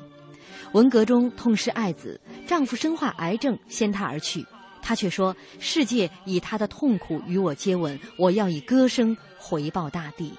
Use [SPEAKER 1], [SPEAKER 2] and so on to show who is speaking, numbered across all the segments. [SPEAKER 1] 文革中痛失爱子，丈夫身患癌症先她而去，她却说：“世界以她的痛苦与我接吻，我要以歌声回报大地。”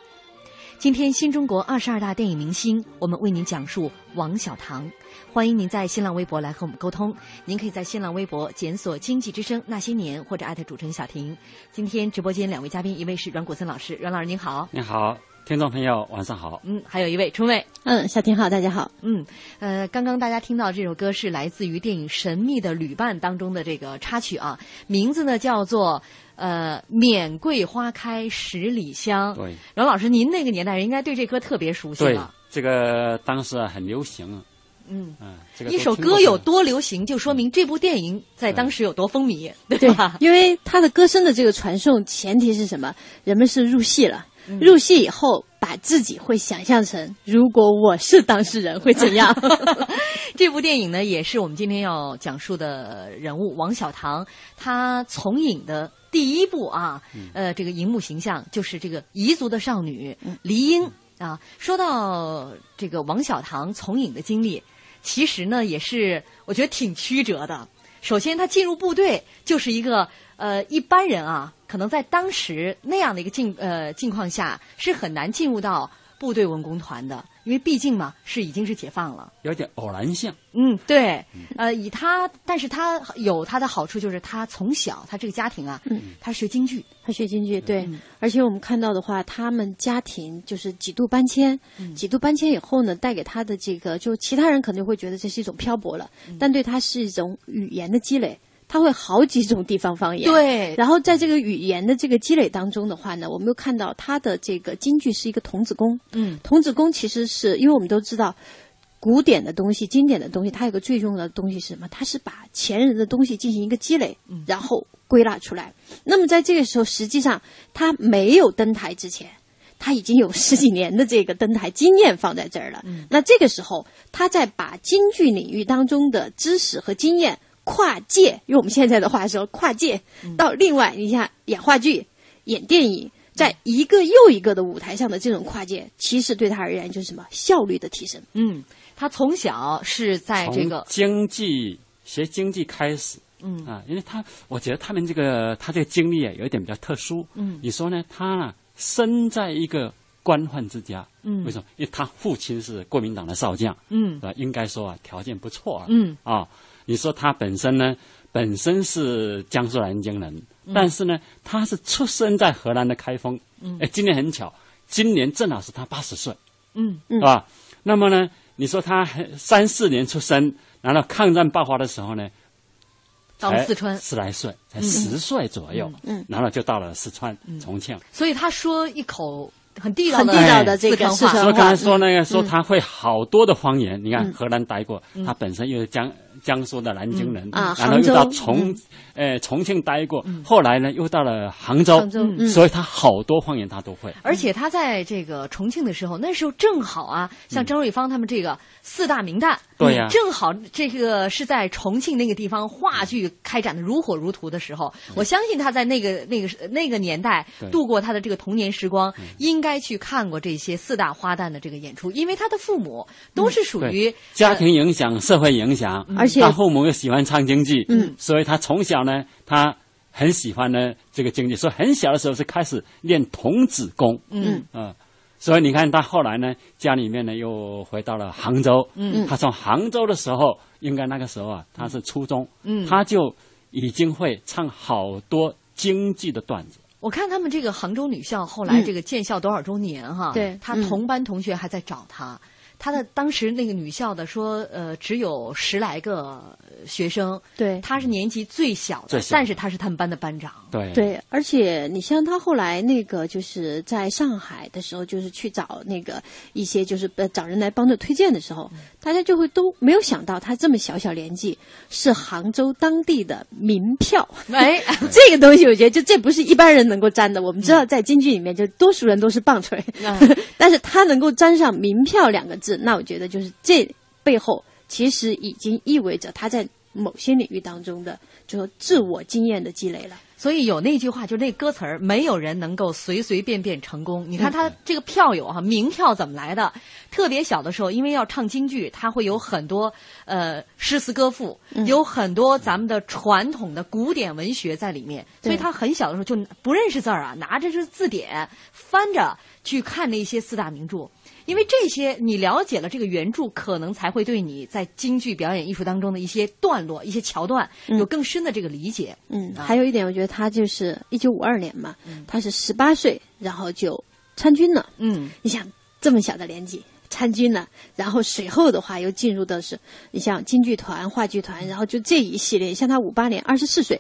[SPEAKER 1] 今天新中国二十二大电影明星，我们为您讲述王小棠。欢迎您在新浪微博来和我们沟通，您可以在新浪微博检索“经济之声那些年”或者艾特主持人小婷。今天直播间两位嘉宾，一位是阮谷森老师，阮老师您好，
[SPEAKER 2] 您好，听众朋友晚上好。
[SPEAKER 1] 嗯，还有一位春伟，
[SPEAKER 3] 嗯，小婷好，大家好。
[SPEAKER 1] 嗯，呃，刚刚大家听到这首歌是来自于电影《神秘的旅伴》当中的这个插曲啊，名字呢叫做。呃，免桂花开十里香。
[SPEAKER 2] 对，
[SPEAKER 1] 阮老师，您那个年代人应该对这歌特别熟悉
[SPEAKER 2] 了。对，这个当时很流行啊。嗯嗯，这个
[SPEAKER 1] 一首歌有多流行，就说明这部电影在当时有多风靡，对吧？
[SPEAKER 3] 因为它的歌声的这个传颂前提是什么？人们是入戏了，嗯、入戏以后。把自己会想象成，如果我是当事人会怎样？
[SPEAKER 1] 这部电影呢，也是我们今天要讲述的人物王小棠，她从影的第一部啊，嗯、呃，这个荧幕形象就是这个彝族的少女黎英、嗯、啊。说到这个王小棠从影的经历，其实呢，也是我觉得挺曲折的。首先，她进入部队就是一个呃一般人啊。可能在当时那样的一个境呃境况下，是很难进入到部队文工团的，因为毕竟嘛是已经是解放了，
[SPEAKER 4] 有点偶然性。
[SPEAKER 1] 嗯，对，呃，以他，但是他有他的好处，就是他从小他这个家庭啊，嗯、他学京剧，
[SPEAKER 3] 他学京剧，对，嗯、而且我们看到的话，他们家庭就是几度搬迁，嗯、几度搬迁以后呢，带给他的这个，就其他人可能会觉得这是一种漂泊了，
[SPEAKER 1] 嗯
[SPEAKER 3] 但对他是一种语言的积累。他会好几种地方方言，
[SPEAKER 1] 对。
[SPEAKER 3] 然后在这个语言的这个积累当中的话呢，我们又看到他的这个京剧是一个童子功，嗯，童子功其实是因为我们都知道，古典的东西、经典的东西，它有个最重要的东西是什么？它是把前人的东西进行一个积累，嗯、然后归纳出来。那么在这个时候，实际上他没有登台之前。他已经有十几年的这个登台经验放在这儿了，嗯、那这个时候他在把京剧领域当中的知识和经验。跨界，用我们现在的话说，跨界
[SPEAKER 1] 嗯
[SPEAKER 3] 到另外，你像演话剧、演电影，在一个又一个的舞台上的这种跨界，其实对他而言就是什么效率的提升。
[SPEAKER 1] 嗯，他从小是在哎这个
[SPEAKER 4] 经济学经济开始。嗯啊，因为他我觉得他们这个他这个经历啊，有一点比较特殊。嗯，你说呢？他呢、啊，生在一个官宦之家。嗯，为什么？因为他父亲是国民党的少将。嗯，啊，应该说啊，条件不错了。嗯啊。你说他本身呢，本身是江苏南京人，嗯、但是呢，他是出生在河南的开封。嗯，哎，今年很巧，今年正好是他八十岁。嗯嗯，是吧？那么呢，你说他三四年出生，然后抗战爆发的时候呢，
[SPEAKER 1] 到四川
[SPEAKER 4] 十来岁，才十岁左右。嗯，然后就到了四川、嗯、重庆。
[SPEAKER 1] 所以他说一口。很地道
[SPEAKER 3] 很地道的这个
[SPEAKER 1] 哎四川话。嗯
[SPEAKER 4] 说刚才说那个说他会好多的方言，你看河南待过，他本身又是江江苏的南京人，然后又到重呃重庆待过，后来呢又到了杭州，所以他好多方言他都会。
[SPEAKER 1] 而且他在这个重庆的时候，那时候正好啊，像张瑞芳他们这个四大名旦，
[SPEAKER 4] 嗯对呀，
[SPEAKER 1] 正好这个是在重庆那个地方话剧开展的如火如荼的时候，
[SPEAKER 4] 嗯
[SPEAKER 1] 我相信他在那个那个那个年代度过他的这个童年
[SPEAKER 4] 嗯
[SPEAKER 1] 时光，应该。该去看过这些四大花旦的这个演出，因为他的父母都是属于、嗯、嗯
[SPEAKER 4] 家庭影响、社会影响，
[SPEAKER 3] 而且
[SPEAKER 4] 他父母又喜欢唱京剧，嗯，所以他从小呢，他很喜欢呢这个京剧，所以很小的时候是开始练童子功，嗯啊、呃，所以你看他后来呢，家里面呢又回到了杭州，嗯，他从杭州的时候，应该那个时候啊，他是初中，嗯，他就已经会唱好多京剧的段子。
[SPEAKER 1] 我看他们这个杭州女校后来这个建校多少周年哈，
[SPEAKER 3] 嗯对，嗯
[SPEAKER 1] 他同班同学还在找他，他的当时那个女校的说呃只有十来个学生，
[SPEAKER 3] 对，
[SPEAKER 1] 他是年级最小的，但是他是他们班的班长，
[SPEAKER 4] 对
[SPEAKER 3] 对，而且你像他后来那个就是在上海的时候，就是去找那个一些就是呃找人来帮着推荐的时候，大家就会都没有想到他这么小小年纪。是杭州当地的名票，
[SPEAKER 1] 哎，
[SPEAKER 3] 这个东西我觉得就这不是一般人能够沾的。我们知道在京剧里面，就多数人都是棒槌，嗯、 但是他能够沾上“名票”两个字，那我觉得就是这背后其实已经意味着他在某些领域当中的就说自我经验的积累了。
[SPEAKER 1] 所以有那句话，就那歌词儿，没有人能够随随便便成功。你看他这个票友哈、啊，名票怎么来的？特别小的时候，因为要唱京剧，他会有很多呃诗词歌赋，有很多咱们的传统的古典文学在里面，所以他很小的时候就不认识字儿啊，拿着这字典翻着去看那些四大名著。因为这些，你了解了这个原著，可能才会对你在京剧表演艺术当中的一些段落、一些桥段有更深的这个理解。
[SPEAKER 3] 嗯，还有一点，我觉得他就是一九五二年嘛，嗯、他是十八岁，然后就参军了。嗯，你想这么小的年纪参军了，然后随后的话又进入的是，你像京剧团、话剧团，然后就这一系列。像他五八年二十四岁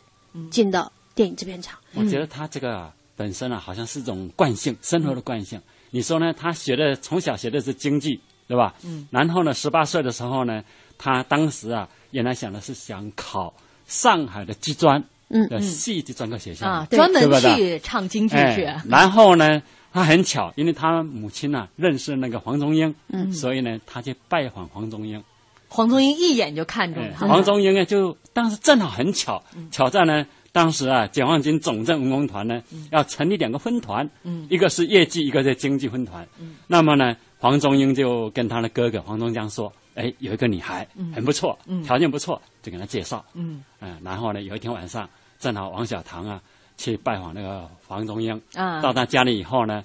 [SPEAKER 3] 进到电影制片厂。
[SPEAKER 4] 我觉得他这个本身啊，好像是种惯性，生活的惯性。嗯你说呢？他学的从小学的是京剧，对吧？嗯。然后呢，十八岁的时候呢，他当时啊，原来想的是想考上海的技专，嗯，的戏剧专科学校
[SPEAKER 1] 啊，专门去唱京剧去、哎。
[SPEAKER 4] 然后呢，他很巧，因为他母亲呢、啊、认识那个黄宗英，嗯，所以呢，他去拜访黄宗英。
[SPEAKER 1] 黄宗英一眼就看中他、
[SPEAKER 4] 哎。黄宗英呢，就当时正好很巧，巧在呢。当时啊，解放军总政文工团呢，要成立两个分团，嗯、一个是粤剧，一个是京剧分团。嗯、那么呢，黄宗英就跟他的哥哥黄宗江说：“哎，有一个女孩很不错，嗯嗯、条件不错，就给他介绍。”嗯，然后呢，有一天晚上，正好王小棠啊
[SPEAKER 2] 去拜访那个黄宗英啊。到他家里以后呢，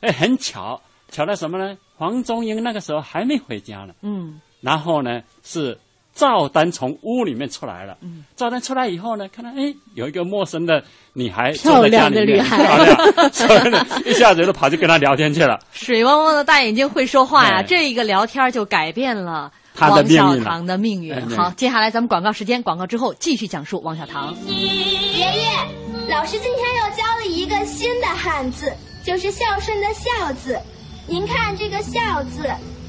[SPEAKER 2] 哎，很巧，巧了什么呢？黄宗英那个时候还没回家呢。嗯。然后呢，是赵丹从屋里面出来了。嗯。赵丹出来以后呢，看到哎，有一个陌生的女孩坐在家里面，漂亮的女孩，漂亮，所以一下子就跑去跟她聊天去了。
[SPEAKER 1] 水汪汪的大眼睛会说话呀、啊，这一个聊天就改变了。
[SPEAKER 2] 他的命运
[SPEAKER 1] 王小棠的命运。好，接下来咱们广告时间，广告之后继续讲述王小棠。
[SPEAKER 5] 爷爷，老师今天又教了一个新的汉字，就是孝顺的孝字。您看这个孝字，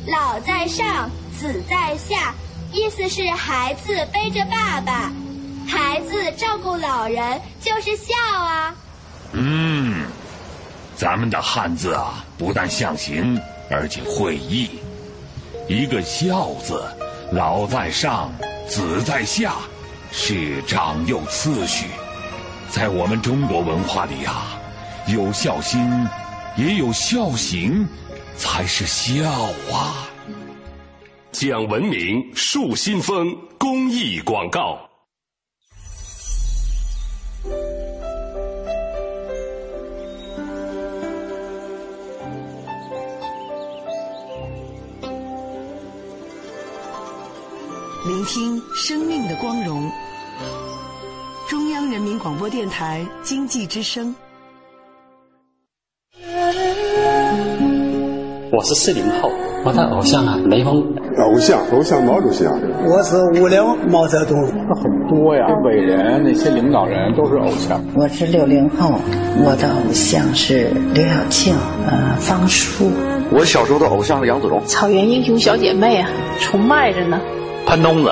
[SPEAKER 5] 老在上，子在下，意思是孩子背着爸爸，孩子照顾老人，就是孝啊。
[SPEAKER 6] 嗯，咱们的汉字啊，不但象形，而且会意。一个“孝”字，老在上，子在下，是长幼次序。在我们中国文化里啊，有孝心，也有孝行，才是孝啊。
[SPEAKER 7] 讲文明树新风公益广告。
[SPEAKER 8] 聆听生命的光荣，中央人民广播电台经济之声。
[SPEAKER 9] 我是四零后，我的偶像啊，雷锋。
[SPEAKER 10] 偶像，偶像毛主席啊。
[SPEAKER 11] 我是五零毛泽东。
[SPEAKER 12] 那很多呀，伟人那些领导人都是偶像。
[SPEAKER 13] 我是六零后，我的偶像是刘晓庆，呃，方舒。
[SPEAKER 14] 我小时候的偶像是杨子荣。
[SPEAKER 15] 草原英雄小姐妹啊，崇拜着呢。
[SPEAKER 14] 潘东子，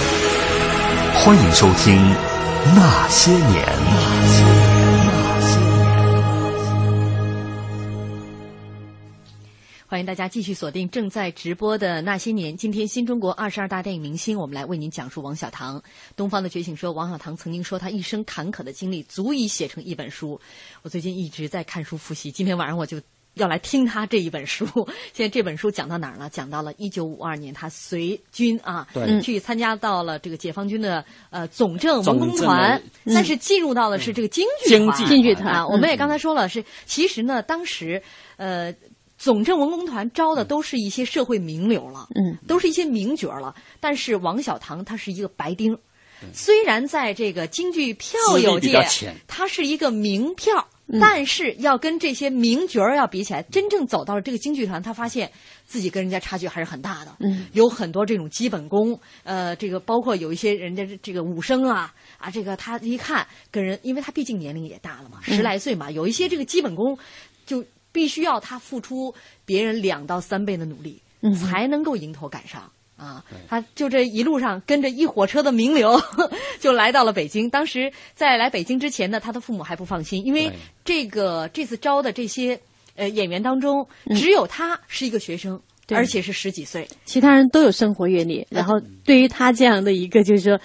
[SPEAKER 16] 欢迎收听《那些年》。
[SPEAKER 1] 欢迎大家继续锁定正在直播的《那些年》。今天新中国二十二大电影明星，我们来为您讲述王小棠。东方的觉醒说，王小棠曾经说，她一生坎坷的经历足以写成一本书。我最近一直在看书复习，今天晚上我就。要来听他这一本书， 现在这本书讲到哪儿了？讲到了一九五二年，他随军啊，去参加到了这个解放军的呃总政文工团，但是进入到的是这个京
[SPEAKER 2] 剧
[SPEAKER 1] 团。京
[SPEAKER 3] 剧团，
[SPEAKER 1] 我们也刚才说了，是其实呢，当时呃总政文工团招的都是一些社会名流了，嗯，都是一些名角了，但是王小棠她是一个白丁，虽然在这个京剧票友界，她是一个名票。但是要跟这些名角儿要比起来，真正走到了这个京剧团，他发现自己跟人家差距还是很大的。嗯，有很多这种基本功，呃，这个包括有一些人家这个武生啊啊，这个他一看跟人，因为他毕竟年龄也大了嘛，十来岁嘛，有一些这个基本功，就必须要他付出别人两到三倍的努力，才能够迎头赶上。啊，他就这一路上跟着一火车的名流， 就来到了北京。当时在来北京之前呢，他的父母还不放心，因为这个这次招的这些呃演员当中，只有他是一个学生，嗯、而且是十几岁，
[SPEAKER 3] 其他人都有生活阅历。然后对于他这样的一个，就是说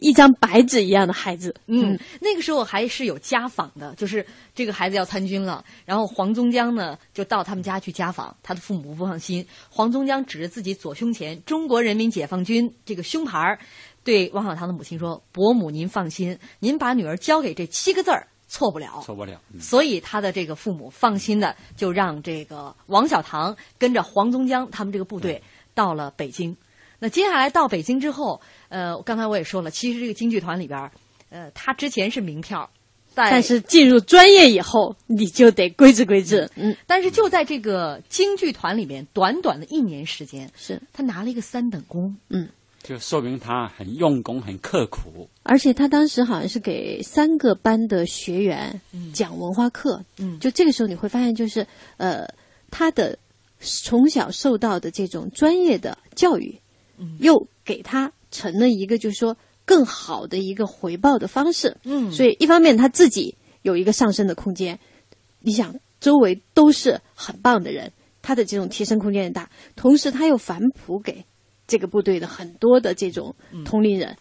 [SPEAKER 3] 一张白纸一样的孩子，
[SPEAKER 1] 嗯，嗯那个时候还是有家访的，就是这个孩子要参军了，然后黄宗江呢。就到他们家去家访，他的父母不放心。黄宗江指着自己左胸前“中国人民解放军”这个胸牌儿，对王小棠的母亲说：“伯母，您放心，您把女儿交给这七个字儿，错不了，
[SPEAKER 2] 错不了。嗯”
[SPEAKER 1] 所以他的这个父母放心的就让这个王小棠跟着黄宗江他们这个部队到了北京。那接下来到北京之后，呃，刚才我也说了，其实这个京剧团里边，呃，他之前是名票。
[SPEAKER 3] 但是进入专业以后，你就得规制规制。
[SPEAKER 1] 嗯，但是就在这个京剧团里面，短短的一年时间，
[SPEAKER 3] 是
[SPEAKER 1] 他拿了一个三等功。
[SPEAKER 3] 嗯，
[SPEAKER 2] 就说明他很用功、很刻苦。
[SPEAKER 3] 而且他当时好像是给三个班的学员讲文化课。嗯，就这个时候你会发现，就是呃，他的从小受到的这种专业的教育，嗯、又给他成了一个，就是说。更好的一个回报的方式，嗯，所以一方面他自己有一个上升的空间。你想，周围都是很棒的人，他的这种提升空间很大，同时他又反哺给这个部队的很多的这种同龄人。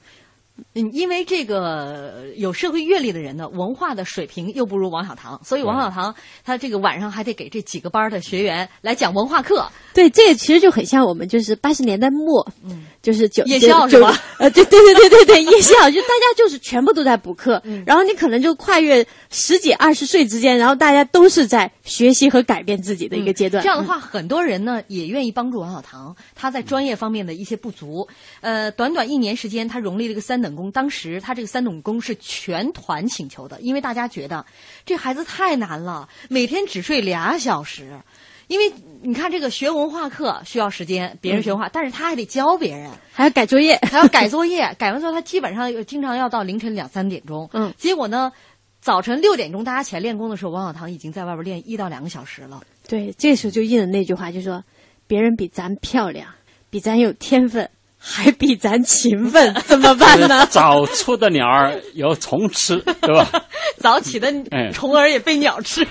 [SPEAKER 1] 嗯，因为这个有社会阅历的人呢，文化的水平又不如王小堂，所以王小堂他这个晚上还得给这几个班的学员来讲文化课。
[SPEAKER 3] 对，这其实就很像我们就是八十年代末，嗯，就是九
[SPEAKER 1] 夜校是吧？
[SPEAKER 3] 呃，对对对对对对，夜校就大家就是全部都在补课，嗯、然后你可能就跨越十几二十岁之间，然后大家都是在学习和改变自己的一个阶段。
[SPEAKER 1] 嗯、这样的话，嗯、很多人呢也愿意帮助王小堂，他在专业方面的一些不足，呃，短短一年时间，他荣立了一个三等。等工，当时他这个三等功是全团请求的，因为大家觉得这孩子太难了，每天只睡俩小时。因为你看，这个学文化课需要时间，别人学文化，嗯、但嗯是他还得教别人，
[SPEAKER 3] 还要改作业，
[SPEAKER 1] 还要改作业。改完之后，他基本上经常要到凌晨两三点钟。嗯，结果呢，早晨六点钟大家起来练功的时候，王小堂已经在外边练一到两个小时了。
[SPEAKER 3] 对，这时候就应了那句话，就说别人比咱漂亮，比咱有天分。还比咱勤 奋，怎么办呢？
[SPEAKER 2] 早出的鸟儿有虫吃，对吧？
[SPEAKER 1] 早起的虫儿也被鸟 吃。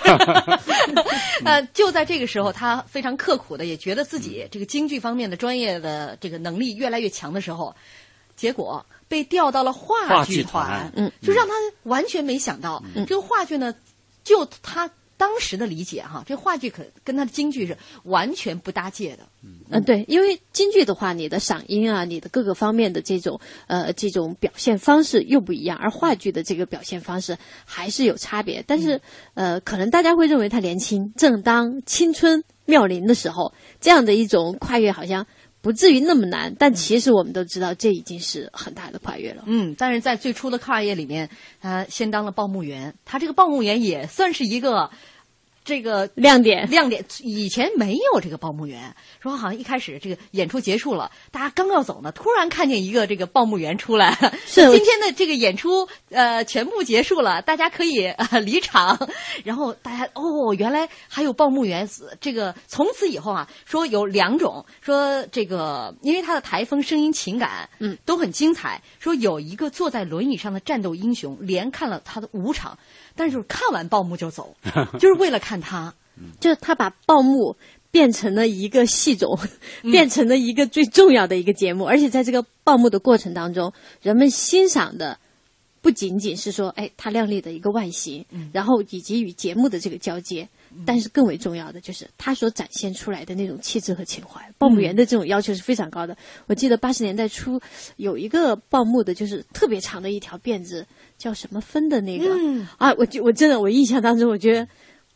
[SPEAKER 1] 呃，就在这个时候，他非常刻苦的，也觉得自己这个京剧方面的专业的这个能力越来越强的时候，结果被调到了话剧团，嗯，就让他完全没想到、嗯、这个话剧呢，就他。当时的理解哈，这话剧可跟他的京剧是完全不搭界的。
[SPEAKER 3] 嗯、呃，对，因为京剧的话，你的嗓音啊，你的各个方面的这种呃这种表现方式又不一样，而话剧的这个表现方式还是有差别。但是、嗯、呃，可能大家会认为他年轻，正当青春妙龄的时候，这样的一种跨越好像。不至于那么难，但其实我们都知道，这已经是很大的跨越了。
[SPEAKER 1] 嗯，但是在最初的跨越里面，他呃先当了报幕员，他这个报幕员也算是一个这个
[SPEAKER 3] 亮点。
[SPEAKER 1] 亮点以前没有这个报幕员，说好像一开始这个演出结束了，大家刚要走呢，突然看见一个这个报幕员出来，
[SPEAKER 3] 是
[SPEAKER 1] 今天的这个演出呃全部结束了，大家可以、呃、离场。然后大家哦，原来还有报幕员，这个从此以后啊，说有两种。说这个，因为他的台风、声音、情感，嗯，都很精彩。说有一个坐在轮椅上的战斗英雄，连看了他的五场，但是看完报幕就走，就是为了看他，
[SPEAKER 3] 就是他把报幕变成了一个戏种，变成了一个最重要的一个节目。嗯、而且在这个报幕的过程当中，人们欣赏的不仅仅是说，哎，他靓丽的一个外形，嗯、然后以及与节目的这个交接。但是更为重要的就是他所展现出来的那种气质和情怀。报幕员的这种要求是非常高的。嗯、我记得八十年代初有一个报幕的，就是特别长的一条辫子，叫什么分的那个、嗯、啊，我就我真的我印象当中，我觉得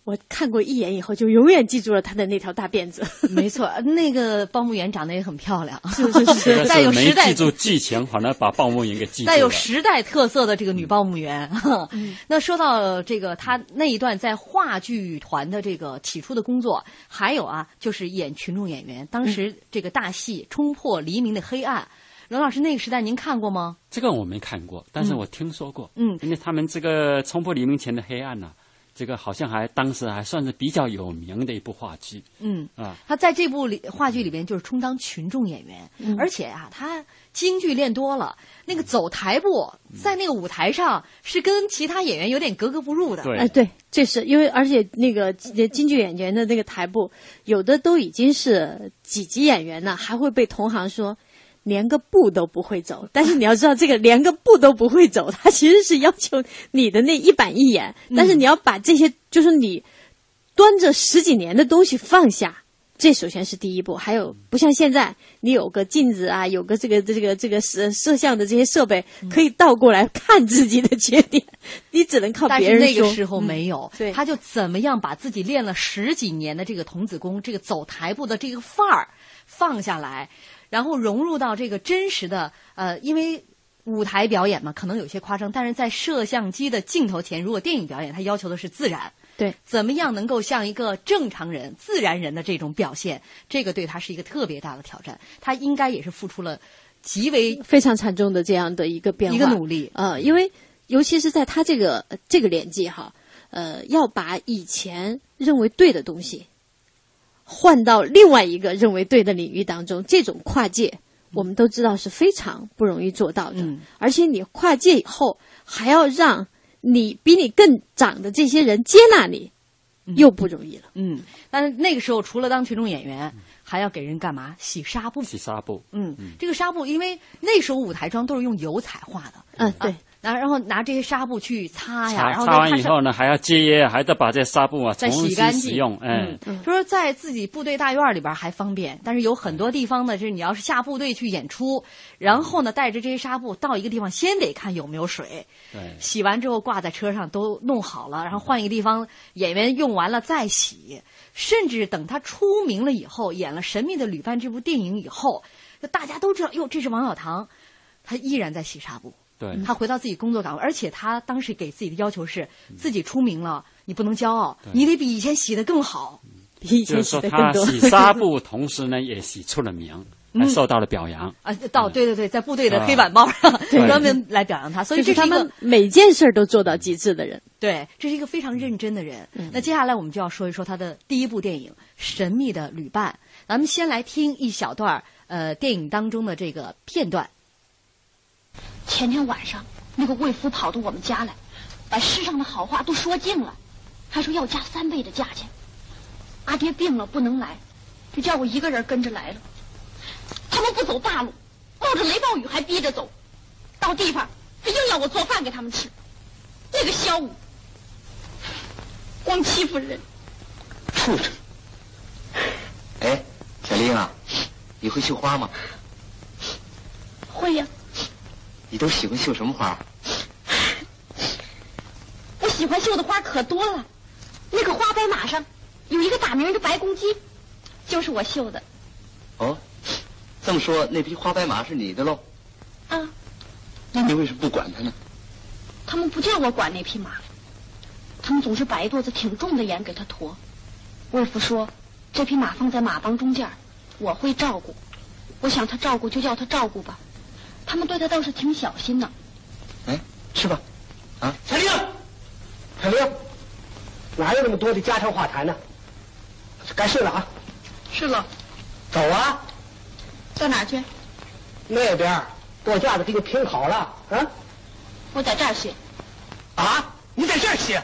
[SPEAKER 3] 我看过一眼以后就永远记住了他的那条大辫子。
[SPEAKER 1] 没错，那个报幕员长得也很漂亮，
[SPEAKER 3] 是是是，
[SPEAKER 1] 带有时代
[SPEAKER 2] 记住剧情，反而把报幕员给记住。
[SPEAKER 1] 带有时代特色的这个女报幕员。 嗯、那说到这个，她那一段在话剧团。的这个起初的工作，还有啊，就是演群众演员。当时这个大戏《冲破黎明的黑暗》，罗老师那个时代您看过吗？
[SPEAKER 2] 这个我没看过，但是我听说过。嗯，因为他们这个《冲破黎明前的黑暗》呢、啊，这个好像还当时还算是比较有名的一部话剧。
[SPEAKER 1] 嗯啊，他在这部里话剧里边就是充当群众演员，嗯、而且啊，他京剧练多了，那个走台步
[SPEAKER 2] 嗯
[SPEAKER 1] 在那个舞台上是跟其他演员有点格格不入的。
[SPEAKER 2] 对，
[SPEAKER 3] 哎对。这是因为，而且那个京剧演员的那个台步，有的都已经是几级演员了，还会被同行说连个步都不会走。 但是你要知道，这个连个步都不会走， 他其实是要求你的那一板一眼。
[SPEAKER 1] 嗯
[SPEAKER 3] 但是你要把这些，就是你端着十几年的东西放下。这首先是第一步，还有不像现在，你有个镜子啊，有个这个这个这个摄摄像的这些设备，
[SPEAKER 1] 嗯
[SPEAKER 3] 可以倒过来看自己的缺点， 你只能靠别人
[SPEAKER 1] 但是那个时候没有，
[SPEAKER 3] 嗯、对
[SPEAKER 1] 他就怎么样把自己练了十几年的这个童子功，这个走台步的这个范儿放下来，然后融入到这个真实的呃，因为。舞台表演嘛，可能有些夸张，但是在摄像机的镜头前，如果电影表演，它要求的是自然。
[SPEAKER 3] 对，
[SPEAKER 1] 怎么样能够像一个正常人、自然人的这种表现，这个对他是一个特别大的挑战。他应该也是付出了极为
[SPEAKER 3] 非常惨重的这样的一个变化、
[SPEAKER 1] 一个努力。
[SPEAKER 3] 呃，因为尤其是在他这个呃这个年纪哈，呃，要把以前认为对的东西，换到另外一个认为对的领域当中，这种跨界。我们都
[SPEAKER 1] 嗯
[SPEAKER 3] 知道是非常不容易做到的，嗯、而且你跨界以后还要让你比你更长的这些人接纳你，又不容易了。
[SPEAKER 1] 嗯，但是那个时候除了当群众演员，还要给人干嘛？洗纱布。
[SPEAKER 4] 洗纱布。
[SPEAKER 1] 嗯，这个纱布，因为那时候舞台妆都是用油彩画的。啊
[SPEAKER 3] 嗯，对。
[SPEAKER 1] 然然后拿这些纱布去擦哎呀，
[SPEAKER 4] 擦
[SPEAKER 1] 然后
[SPEAKER 4] 擦完以后呢，还要接，还得把这纱布啊
[SPEAKER 1] 再
[SPEAKER 4] 重
[SPEAKER 1] 洗
[SPEAKER 4] 新
[SPEAKER 1] 干
[SPEAKER 4] 使
[SPEAKER 1] 净。
[SPEAKER 4] 用，哎，
[SPEAKER 1] 嗯，就是在自己部队大院里边还方便，但是有很多地方呢，就是你要是下部队去演出，然后呢带着这些纱布到一个地方，先得看有没有水，
[SPEAKER 4] 对，
[SPEAKER 1] 洗完之后挂在车上都弄好了，然后换一个地方，演员用完了再洗，甚至等他出名了以后，演了《神秘的旅伴》这部电影以后，就大家都知道，哟，这是王小棠，他依然在洗纱布。
[SPEAKER 4] 对，
[SPEAKER 1] 他回到自己工作岗位，而且他当时给自己的要求是，自己出名了，你不能骄傲，
[SPEAKER 4] 对
[SPEAKER 1] 你得比以前洗的更好。
[SPEAKER 3] 比以
[SPEAKER 4] 就
[SPEAKER 3] 前
[SPEAKER 4] 是
[SPEAKER 3] 洗
[SPEAKER 4] 说
[SPEAKER 3] 的
[SPEAKER 4] 他
[SPEAKER 3] 更多。
[SPEAKER 4] 洗 纱布，同时呢也洗出了名，还
[SPEAKER 1] 嗯
[SPEAKER 4] 受到了表扬。
[SPEAKER 1] 啊，到对对对，在部队的
[SPEAKER 4] 啊
[SPEAKER 1] 黑板报上
[SPEAKER 4] 对
[SPEAKER 1] 专门来表扬他，所以
[SPEAKER 3] 就是
[SPEAKER 1] 这是
[SPEAKER 3] 他
[SPEAKER 1] 一个
[SPEAKER 3] 们每件事儿都做到极致的人。
[SPEAKER 1] 对，这是一个非
[SPEAKER 17] 嗯
[SPEAKER 1] 常认真的人。那接下来我们就要说一说他的第一部电影《神秘的旅伴》，咱们先来听一小段儿呃电影当中的这个片段。
[SPEAKER 17] 前天晚上，那个贵妇跑到我们家来，把世上的好话都说尽了，还说要加三倍的价钱。阿爹病了不能来，就叫我一个人跟着来了。他们不走大路，冒着雷暴雨还逼着走，到地方他硬要我做饭给他们吃。那个肖武，光欺负人。
[SPEAKER 18] 畜生！哎，小丽啊，你会绣花吗？
[SPEAKER 17] 会呀、
[SPEAKER 18] 你都喜欢绣什么花？
[SPEAKER 17] 我喜欢绣的花可多了，那个花白马上有一个打鸣的白公鸡，就是我绣的
[SPEAKER 18] 哦，这么说那匹花白马是你的喽？
[SPEAKER 17] 啊。
[SPEAKER 18] 那你为什么不管它呢？
[SPEAKER 17] 他们不叫我管那匹马，他们总是把一肚子挺重的盐给他驮。魏父说，这匹马放在马帮中间儿，我会照顾。我想他照顾就叫他照顾吧，他们对他倒是挺小心的。
[SPEAKER 18] 哎，吃吧。啊，
[SPEAKER 19] 小玲，小玲，哪有那么多的家常话谈呢？该睡了啊，
[SPEAKER 17] 是了，
[SPEAKER 19] 走啊，
[SPEAKER 17] 到哪儿去？
[SPEAKER 19] 那边儿货架子给你拼好了啊
[SPEAKER 17] 我在这儿歇，
[SPEAKER 19] 啊！你在这儿歇，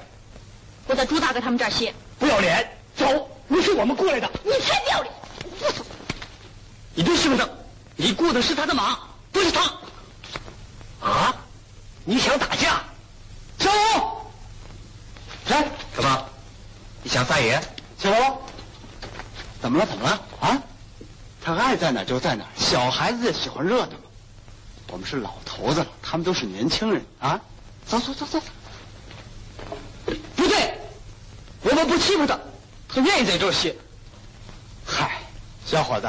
[SPEAKER 17] 我在朱大哥他们这儿歇。
[SPEAKER 19] 不要脸，走！你是我们雇来的，
[SPEAKER 17] 你才不要脸！
[SPEAKER 19] 你对是不是？你雇的是他的马，不是他。啊？你想打架？小五，来，
[SPEAKER 18] 干嘛？你想撒野？
[SPEAKER 19] 小五，
[SPEAKER 18] 怎么了？怎么了？啊？他爱在哪儿就在哪儿，小孩子也喜欢热闹嘛。我们是老头子了，他们都是年轻人啊。走走走走。
[SPEAKER 19] 不对，我们不欺负他，他愿意在这儿歇。
[SPEAKER 18] 嗨，小伙子，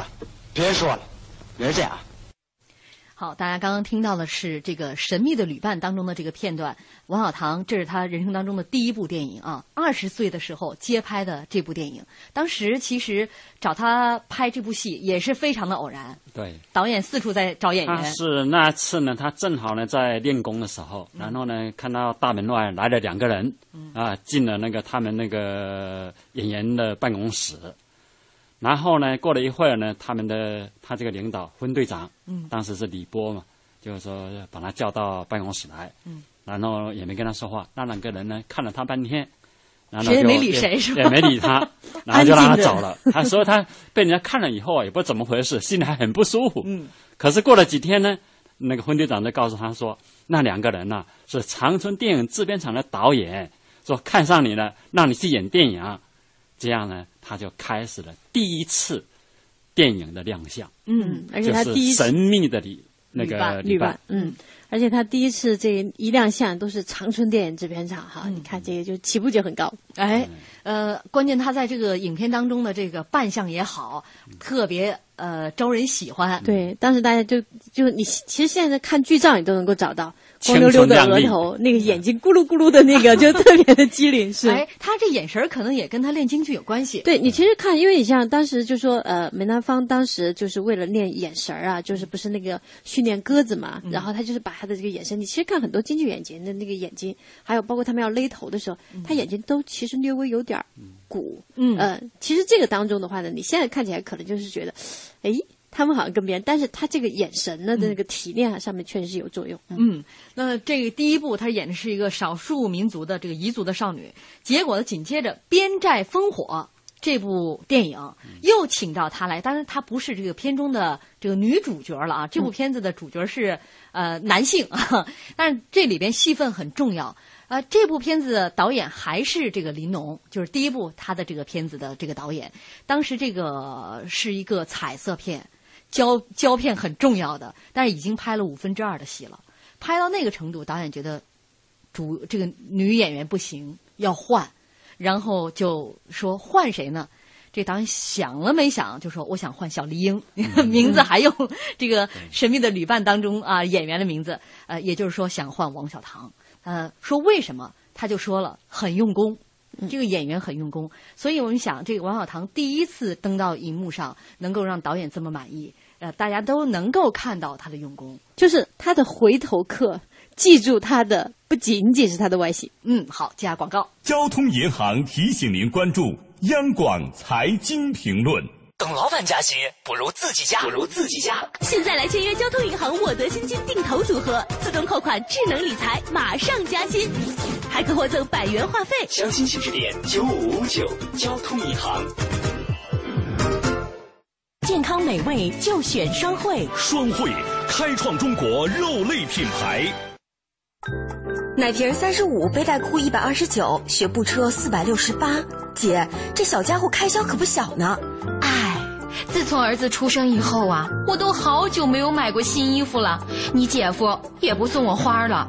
[SPEAKER 18] 别说了，人这样啊。
[SPEAKER 1] 好，大家刚刚听到的是这个《神秘的旅伴》当中的这个片段。王小棠，这是她人生当中的第一部电影啊，二十岁的时候接拍的这部电影。当时其实找她拍这部戏也是非常的偶然，
[SPEAKER 4] 对，
[SPEAKER 1] 导演四处在找演
[SPEAKER 4] 他
[SPEAKER 1] 员。
[SPEAKER 4] 啊是那次呢，他正好呢在练功的时候，
[SPEAKER 1] 嗯
[SPEAKER 4] 然后呢看到大门外来了两个人，啊，进了那个他们那个演员的办公室，然后呢过了一会儿呢，他们的他这个领导分队长，
[SPEAKER 16] 嗯
[SPEAKER 4] 当时是李波嘛，就是说把他叫到办公室来，
[SPEAKER 16] 嗯，
[SPEAKER 4] 然后也没跟他说话，那两个人呢看了他半天。然后
[SPEAKER 1] 谁也
[SPEAKER 4] 就
[SPEAKER 1] 没理谁是吧
[SPEAKER 4] 也没理他，然后就让他走了
[SPEAKER 1] 安静。着
[SPEAKER 4] 他说他被人家看了以后啊，也不知道怎么回事，心里还很不舒服。嗯，可是过了几天呢，那个分队长就告诉他说，那两个人呐是长春电影制片厂的导演，说看上你了，让你去演电影。啊这样呢，他就开始了第一次电影的亮相。
[SPEAKER 3] 嗯，而且他
[SPEAKER 4] 就是
[SPEAKER 3] 第一次
[SPEAKER 4] 神秘的李那
[SPEAKER 3] 旅
[SPEAKER 4] 个
[SPEAKER 3] 伴，旅伴，嗯，而且他第一次这一亮相都是长春电影制片厂哈，你看这个就起步就很高，
[SPEAKER 1] 嗯哎，呃，关键她在这个影片当中的这个扮相也好，特别呃招人喜欢。
[SPEAKER 3] 对，当时大家就就你其实现在看剧照你都能够找到光
[SPEAKER 1] 青
[SPEAKER 3] 溜溜
[SPEAKER 1] 春
[SPEAKER 3] 的
[SPEAKER 1] 靓
[SPEAKER 3] 额
[SPEAKER 1] 丽
[SPEAKER 3] 头，那个眼睛咕噜咕噜的 那个就特别的机灵，是。
[SPEAKER 1] 哎，她这眼神儿可能也跟她练京剧有关系。
[SPEAKER 3] 对你其实看，因为你像当时就说，呃，梅兰芳当时就是为了练眼神儿啊，
[SPEAKER 1] 嗯
[SPEAKER 3] 就是不是那个训练鸽子嘛，然后他就是把他的这个眼神，你其实看很多京剧演员的那个眼睛，还有包括他们要勒头的时候，他眼睛都其实略微有点儿鼓，
[SPEAKER 1] 嗯
[SPEAKER 3] 呃，其实这个当中的话呢，你现在看起来可能就是觉得，哎，他们好像跟别人，但是他这个眼神呢的那个提炼啊，上面确实是有作用。
[SPEAKER 1] 嗯，那这个第一部他演的是一个少数民族的这个彝族的少女，结果呢，紧接着《边寨烽火》这部电影又请到她来，当然她不是这个片中的这个女主角了啊，这部片子的主角是、嗯、呃男性，但是这里边戏份很重要。呃，这部片子的导演还是这个林农，就是第一部他的这个片子的这个导演。当时这个是一个彩色片，胶胶片很重要的，但是已经拍了五分之二的戏了。拍到那个程度，导演觉得主这个女演员不行，要换，然后就说换谁呢？这导演想了没想，就说我想换小丽英， 名字还用这个《神秘的旅伴》当中啊、呃、演员的名字，呃，也就是说想换王小棠。呃，说为什么？他就说了，很用功，这个演员很用功，嗯、所以我们想，这个王小棠第一次登到荧幕上，能够让导演这么满意，呃，大家都能够看到他的用功，
[SPEAKER 3] 就是他的回头客，记住他的不仅仅是他的外形。
[SPEAKER 1] 嗯，好，接下广告。
[SPEAKER 20] 交通银行提醒您关注央广财经评论。
[SPEAKER 21] 等老板加薪，不如自己加。
[SPEAKER 22] 不如自己加。
[SPEAKER 23] 现在来签约交通银行沃德新金定投组合，自动扣款，智能理财，马上加薪，还可获赠百元话费。
[SPEAKER 22] 详情请致电九五五九交通银行。
[SPEAKER 6] 健康美味就选双汇，
[SPEAKER 20] 双汇开创中国肉类品牌。
[SPEAKER 8] 奶瓶三十五，背带裤一百二十九，学步车四百六十八。姐，这小家伙开销可不小呢。
[SPEAKER 24] 自从儿子出生以后啊，我都好久没有买过新衣服了。你姐夫也不送我花了。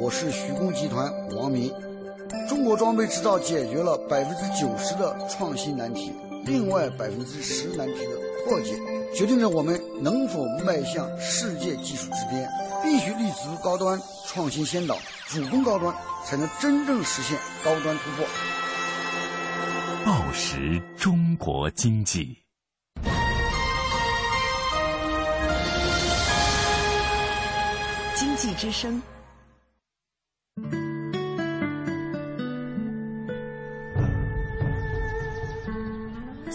[SPEAKER 25] 我是徐工集团王明。中国装备制造解决了百分之九十的创新难题，另外百分之十难题的破解，决定着我们能否迈向世界技术之巅。必须立足高端，创新先导，主攻高端，才能真正实现高端突破。
[SPEAKER 20] 暴食中国经济。
[SPEAKER 13] 经济之声。
[SPEAKER 4] 嗯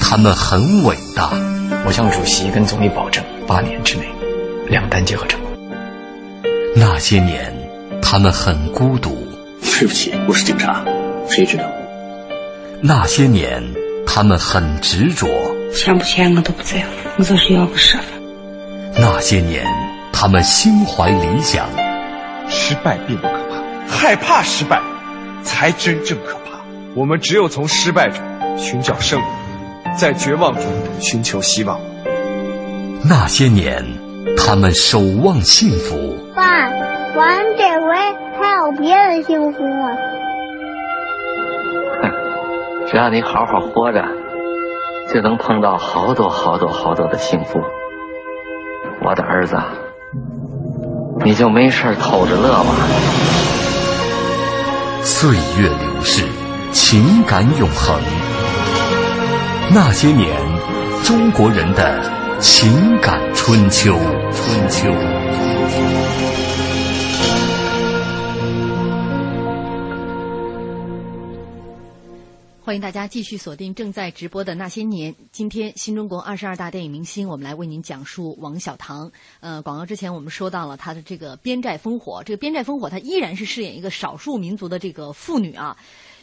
[SPEAKER 16] 他们很伟大。
[SPEAKER 26] 我向主席跟总理保证，八年之内两弹结合成功。
[SPEAKER 16] 那些年，他们很孤独。
[SPEAKER 27] 对不起，我是警察，谁知道？
[SPEAKER 16] 那些年，他们很执着。
[SPEAKER 28] 签不签我都不在乎，我就是要个身份。
[SPEAKER 16] 那些年。他们心怀理想，
[SPEAKER 18] 失败并不可怕，害怕失败才真正可怕。我们只有从失败中寻找胜利，在绝望中寻求希望。
[SPEAKER 16] 那些年，他们守望幸福。
[SPEAKER 29] 爸，咱这回还有别的幸福吗？
[SPEAKER 26] 只要你好好活着，就能碰到好多好多好多的幸福。我的儿子。你就没事偷着乐吧。
[SPEAKER 16] 岁月流逝，情感永恒。那些年，中国人的情感春秋。春秋。
[SPEAKER 1] 欢迎大家继续锁定正在直播的《那些年》。今天新中国二十二大电影明星，我们来为您讲述王小棠。呃，广告之前我们说到了她的这个《边寨烽火》，这个《边寨烽火》她依然是饰演一个少数民族的这个妇女啊，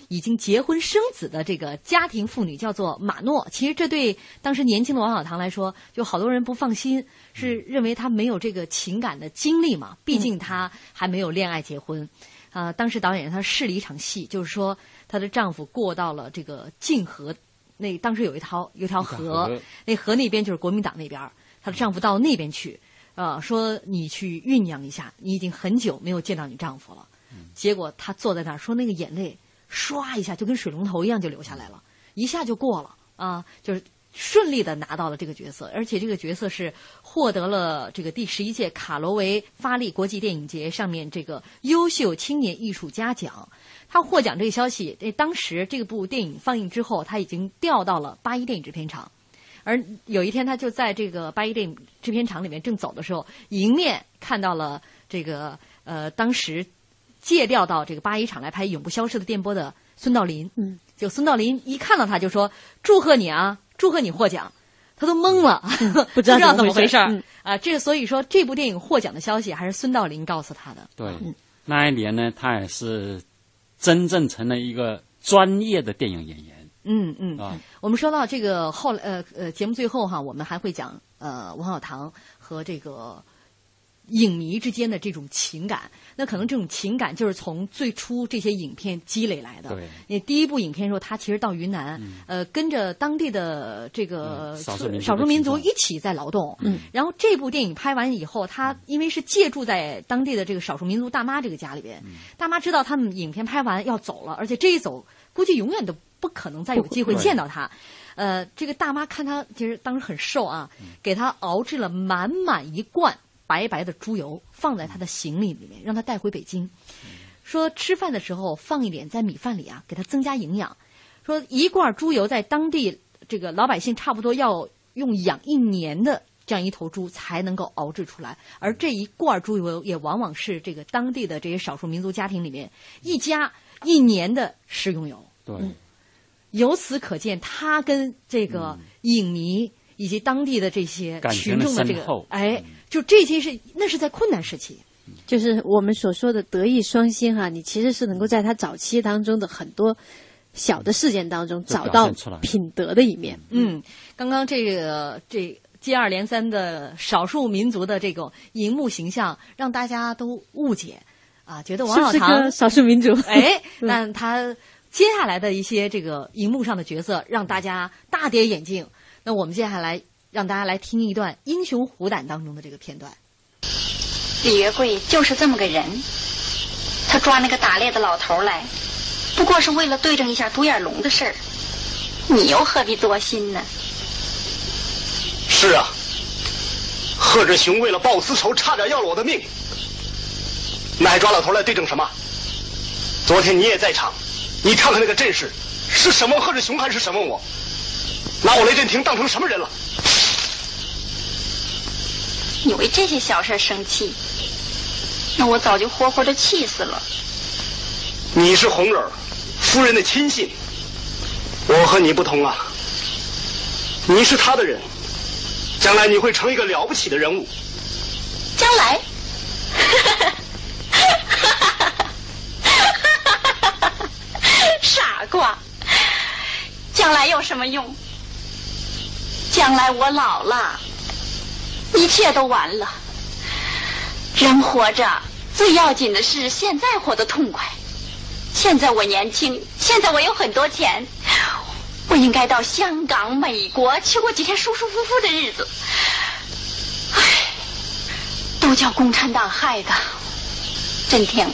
[SPEAKER 1] 已经结婚生子的这个家庭妇女，叫做马诺。其实这对当时年轻的王小棠来说，就好多人不放心，是认为她没有这个情感的经历嘛，毕竟她还没有恋爱结婚。啊、当时导演他试了一场戏，就是说她的丈夫过到了这个晋河，那当时有一条有一条河，
[SPEAKER 4] 河
[SPEAKER 1] 那河那边就是国民党那边儿，她的丈夫到那边去，啊、说你去酝酿一下，你已经很久没有见到你丈夫了。
[SPEAKER 3] 嗯
[SPEAKER 1] 结果她坐在那儿说那个眼泪唰一下就跟水龙头一样就流下来了，一下就过了啊，就是顺利的拿到了这个角色，而且这个角色是获得了这个第十一届卡罗维发力国际电影节上面这个优秀青年艺术家奖。他获奖这个消息，诶，当时这部电影放映之后，他已经调到了八一电影制片厂。而有一天，他就在这个八一电影制片厂里面正走的时候，迎面看到了这个呃，当时借调到这个八一厂来拍《永不消逝的电波》的孙道临。
[SPEAKER 3] 嗯，
[SPEAKER 1] 就孙道临一看到他就说：“祝贺你啊，祝贺你获奖。”他都懵了，
[SPEAKER 3] 嗯不
[SPEAKER 1] 不
[SPEAKER 3] 知道
[SPEAKER 1] 怎
[SPEAKER 3] 怎
[SPEAKER 1] 么
[SPEAKER 3] 么
[SPEAKER 1] 回
[SPEAKER 3] 回
[SPEAKER 1] 事
[SPEAKER 3] 事
[SPEAKER 1] 儿、
[SPEAKER 3] 儿嗯
[SPEAKER 1] 啊！这所以说，这部电影获奖的消息还是孙道临告诉他的。
[SPEAKER 4] 对，
[SPEAKER 3] 嗯
[SPEAKER 4] 那一年呢，他也是真正成了一个专业的电影演员
[SPEAKER 1] 嗯嗯，
[SPEAKER 4] 啊。
[SPEAKER 1] 我们说到这个后来呃呃节目最后哈，我们还会讲呃王小棠和这个影迷之间的这种情感。那可能这种情感就是从最初这些影片积累来的。
[SPEAKER 4] 对嗯
[SPEAKER 1] 你第一部影片的时候，他其实到云南，呃，跟着当地的这个、
[SPEAKER 4] 嗯少数民族的
[SPEAKER 1] 少数民族一起在劳动。
[SPEAKER 4] 嗯，
[SPEAKER 1] 然后这部电影拍完以后，他因为是借住在当地的这个少数民族大妈这个家里边，大妈知道他们影片拍完要走了，而且这一走估计永远都不可能再有机会
[SPEAKER 30] 不可
[SPEAKER 1] 见到他。呃，这个大妈看他其实当时很瘦啊，给他熬制了满满一罐白白的猪油，放在他的行李里面，让他带回北京。说吃饭的时候放一点在米饭里啊，给它增加营养。说一罐猪油在当地这个老百姓差不多要用养一年的这样一头猪才能够熬制出来，而这一罐猪油也往往是这个当地的这些少数民族家庭里面一家一年的食用油。
[SPEAKER 4] 对，
[SPEAKER 1] 由此可见，他跟这个影迷以及当地的这些
[SPEAKER 3] 嗯感情
[SPEAKER 1] 群
[SPEAKER 3] 的
[SPEAKER 1] 众的这
[SPEAKER 3] 深
[SPEAKER 1] 个
[SPEAKER 3] 厚，嗯
[SPEAKER 1] 哎，就这些是那是在困难时期。
[SPEAKER 3] 就是我们所说的德艺双馨哈、你其实是能够在他早期当中的很多小的事件当中
[SPEAKER 1] 就表
[SPEAKER 3] 找到
[SPEAKER 1] 现出来
[SPEAKER 3] 品德的一面。
[SPEAKER 1] 嗯，刚刚这个这接二连三的少数民族的这种荧幕形象，让大家都误解啊，觉得王小
[SPEAKER 3] 是不是
[SPEAKER 1] 棠
[SPEAKER 3] 个少数民族？ 嗯
[SPEAKER 1] 哎，但他接下来的一些这个荧幕上的角色，让大家大跌眼镜。那我们接下来让大家来听一段《英雄虎胆》当中的这个片段。
[SPEAKER 17] 李月桂就是这么个人，他抓那个打猎的老头来，不过是为了对证一下独眼龙的事儿。你又何必多心呢？
[SPEAKER 5] 是啊，贺志雄为了报私仇，差点要了我的命。那还抓老头来对证什么？昨天你也在场，你看看那个阵势，是什么贺志雄还是什么我？拿我雷震霆当成什么人了？
[SPEAKER 17] 你为这些小事儿生气，那我早就活活的气死了。
[SPEAKER 5] 你是红人儿，夫人的亲信。我和你不同啊，你是他的人，将来你会成一个了不起的人物。
[SPEAKER 17] 将来，傻瓜，将来有什么用？将来我老了，一切都完了。人活着最要紧的是现在活得痛快。现在我年轻，现在我有很多钱，我应该到香港、美国去过几天舒舒服服的日子。都叫共产党害的。真婷，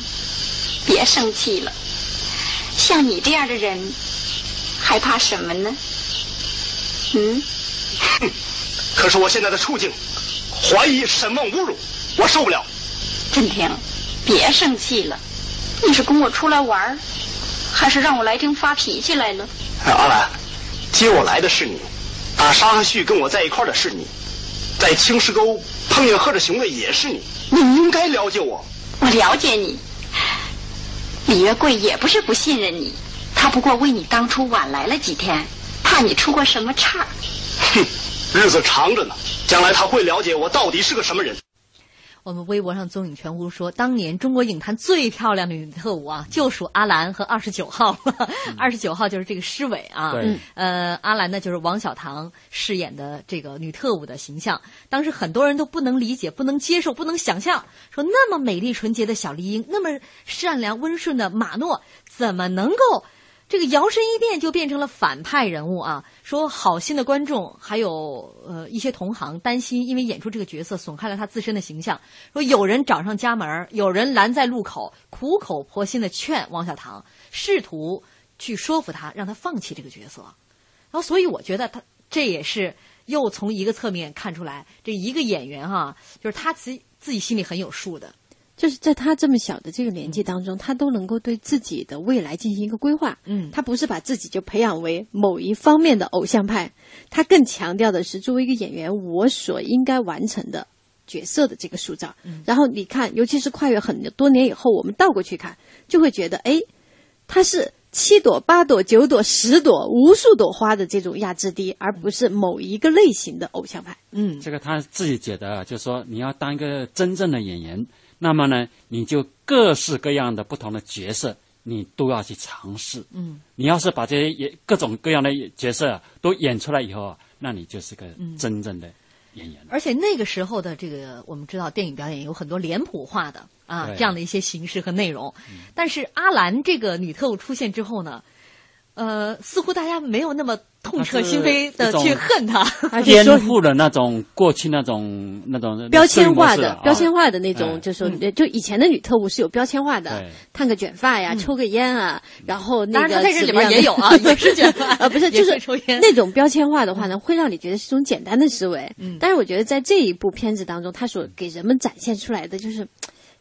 [SPEAKER 17] 别生气了，像你这样的人，还怕什么呢？嗯，
[SPEAKER 5] 可是我现在的处境，怀疑、审问、侮辱，我受不了。
[SPEAKER 17] 真婷，别生气了，你是跟我出来玩儿，还是让我来这发脾气来了？
[SPEAKER 5] 哎阿兰，接我来的是你，打沙和旭跟我在一块儿的是你，在青石沟碰见贺志雄的也是你，你应该了解我。
[SPEAKER 17] 我了解你，李月桂也不是不信任你，他不过为你当初晚来了几天，怕你出过什么岔儿。
[SPEAKER 5] 哼，日子长着呢，将来他会了解我到底是个什么人。
[SPEAKER 1] 我们微博上踪影全无说，当年中国影坛最漂亮的女特务啊，就属阿兰和二十九号 了。二十九号就是这个施伟啊，
[SPEAKER 4] 对
[SPEAKER 1] 呃，阿兰呢就是王小棠饰演的这个女特务的形象。当时很多人都不能理解、不能接受、不能想象，说那么美丽纯洁的小丽英，那么善良温顺的马诺，怎么能够？这个摇身一变就变成了反派人物啊！说好心的观众还有呃一些同行担心，因为演出这个角色损害了他自身的形象。说有人找上家门儿，有人拦在路口，苦口婆心的劝王小棠，试图去说服他，让他放弃这个角色。然后，所以我觉得他这也是又从一个侧面看出来，这一个演员哈、啊，就是他自己自己心里很有数的。
[SPEAKER 3] 就是在他这么小的这个年纪当中，他都能够对自己的未来进行一个规划。
[SPEAKER 1] 嗯，
[SPEAKER 3] 他不是把自己就培养为某一方面的偶像派，他更强调的是作为一个演员，我所应该完成的角色的这个塑造。
[SPEAKER 1] 嗯
[SPEAKER 3] 然后你看，尤其是跨越很多年以后，我们倒过去看，就会觉得，哎，他是七朵、八朵、九朵、十朵、无数朵花的这种压制低，而不是某一个类型的偶像派。
[SPEAKER 1] 嗯，
[SPEAKER 4] 这个他自己觉得啊，就是说你要当一个真正的演员，那么呢，你就各式各样的不同的角色，你都要去尝试。
[SPEAKER 1] 嗯，
[SPEAKER 4] 你要是把这些演各种各样的角色啊都演出来以后啊，那你就是个真正的演员。
[SPEAKER 1] 而且那个时候的这个，我们知道电影表演有很多脸谱化的啊
[SPEAKER 4] 对
[SPEAKER 1] 这样的一些形式和内容，
[SPEAKER 3] 嗯
[SPEAKER 1] 但是阿兰这个女特务出现之后呢，呃，似乎大家没有那么痛彻心扉的去恨她，
[SPEAKER 3] 嗯
[SPEAKER 4] 颠覆了那种过去那种那种
[SPEAKER 3] 标签化
[SPEAKER 4] 思维模式
[SPEAKER 3] 的、
[SPEAKER 4] 啊
[SPEAKER 3] 标签化的那种，
[SPEAKER 4] 哎
[SPEAKER 3] 就是说、
[SPEAKER 1] 嗯
[SPEAKER 3] 就以前的女特务是有标签化的
[SPEAKER 4] 对，嗯
[SPEAKER 3] 烫个卷发呀，抽个烟啊，然后那
[SPEAKER 1] 嗯当
[SPEAKER 3] 个
[SPEAKER 1] 然她在这里
[SPEAKER 3] 怎么
[SPEAKER 1] 边
[SPEAKER 3] 样，
[SPEAKER 1] 也有 啊也是卷发，
[SPEAKER 3] 呃，不是，
[SPEAKER 1] 也
[SPEAKER 3] 就是
[SPEAKER 1] 会抽烟。嗯
[SPEAKER 3] 那种标签化的话呢，会让你觉得是一种简单的思维。嗯，但是我觉得在这一部片子当中，它所给人们展现出来的就是嘖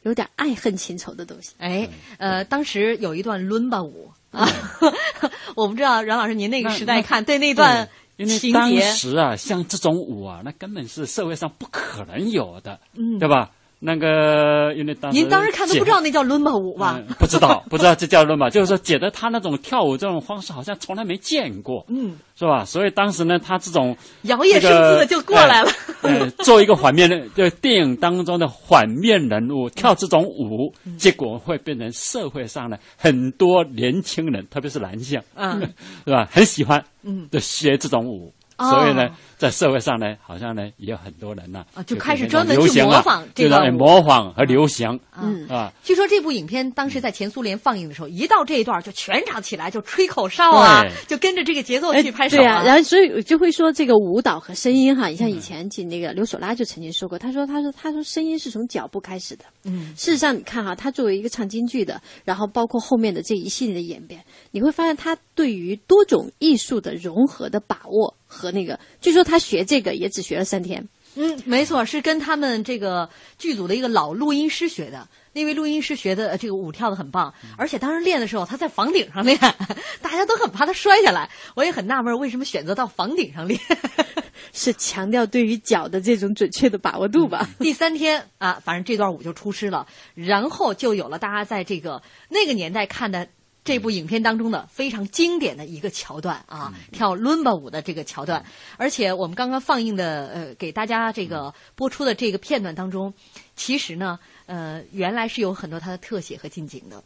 [SPEAKER 3] 有点爱恨情仇的东西。
[SPEAKER 1] 哎，呃，当时有一段伦巴舞 啊，我不知道阮老师您那个时代看对那段
[SPEAKER 4] 因为
[SPEAKER 1] 情
[SPEAKER 4] 当
[SPEAKER 1] 节，
[SPEAKER 4] 时啊，像这种舞啊，那根本是社会上不可能有的，
[SPEAKER 1] 嗯
[SPEAKER 4] 对吧？那个，因为当时
[SPEAKER 1] 您当时看都
[SPEAKER 4] 解
[SPEAKER 1] 不知道那叫伦巴舞吧？
[SPEAKER 4] 嗯 不知道，不知道这叫论吧？就是说，姐的她那种跳舞这种方式，好像从来没见过，
[SPEAKER 1] 嗯，
[SPEAKER 4] 是吧？所以当时呢，她这种
[SPEAKER 1] 摇曳生姿的就过来了。
[SPEAKER 4] 那个呃，呃做一个反面的，就是电影当中的反面人
[SPEAKER 1] 嗯
[SPEAKER 4] 物跳这种舞，结果会变成社会上的很多年轻人，特别是男性，
[SPEAKER 1] 嗯，
[SPEAKER 4] 是吧？很喜欢，
[SPEAKER 1] 嗯
[SPEAKER 4] 就学这种舞。
[SPEAKER 1] 哦
[SPEAKER 4] 所以呢，在社会上呢，好像呢也有很多人呢、
[SPEAKER 1] 啊就
[SPEAKER 4] 变
[SPEAKER 1] 开始
[SPEAKER 4] 成
[SPEAKER 1] 专门
[SPEAKER 4] 流
[SPEAKER 1] 去
[SPEAKER 4] 行
[SPEAKER 1] 模
[SPEAKER 4] 啊
[SPEAKER 1] 仿这
[SPEAKER 4] 就是
[SPEAKER 1] 段
[SPEAKER 4] 哎
[SPEAKER 1] 舞
[SPEAKER 4] 模仿和流行，
[SPEAKER 1] 嗯
[SPEAKER 4] 啊，
[SPEAKER 1] 据说这部影片当时在前苏联放映的时候，一到这一段就全场起来就吹口哨啊
[SPEAKER 4] 对，
[SPEAKER 1] 就跟着这个节奏
[SPEAKER 3] 哎
[SPEAKER 1] 去拍手嗯
[SPEAKER 3] 对啊，然后所以我就会说这个舞蹈和声音哈，你像以前进那个刘索拉就曾经说过，他说他说他说声音是从脚步开始的。
[SPEAKER 1] 嗯，
[SPEAKER 3] 事实上，你看哈，他作为一个唱京剧的，然后包括后面的这一系列的演变，你会发现他对于多种艺术的融合的把握和那个，据说他学这个也只学了三天。
[SPEAKER 1] 嗯，没错，是跟他们这个剧组的一个老录音师学的。那位录音师学的呃这个舞跳的很棒，而且当时练的时候他在房顶上 练，大家都很怕他摔下来。我也很纳闷，为什么选择到房顶上练？
[SPEAKER 3] 是强调对于脚的这种准确的把握度吧？
[SPEAKER 1] 嗯第三天啊，反正这段舞就出师了，然后就有了大家在这个那个年代看的这部影片当中的非常经典的一个桥段啊，
[SPEAKER 3] 嗯
[SPEAKER 1] 跳伦巴舞的这个桥段。而且我们刚刚放映的呃，给大家这
[SPEAKER 3] 嗯
[SPEAKER 1] 个播出的这个片段当中，其实呢，呃，原来是有很多它的特写和近景的，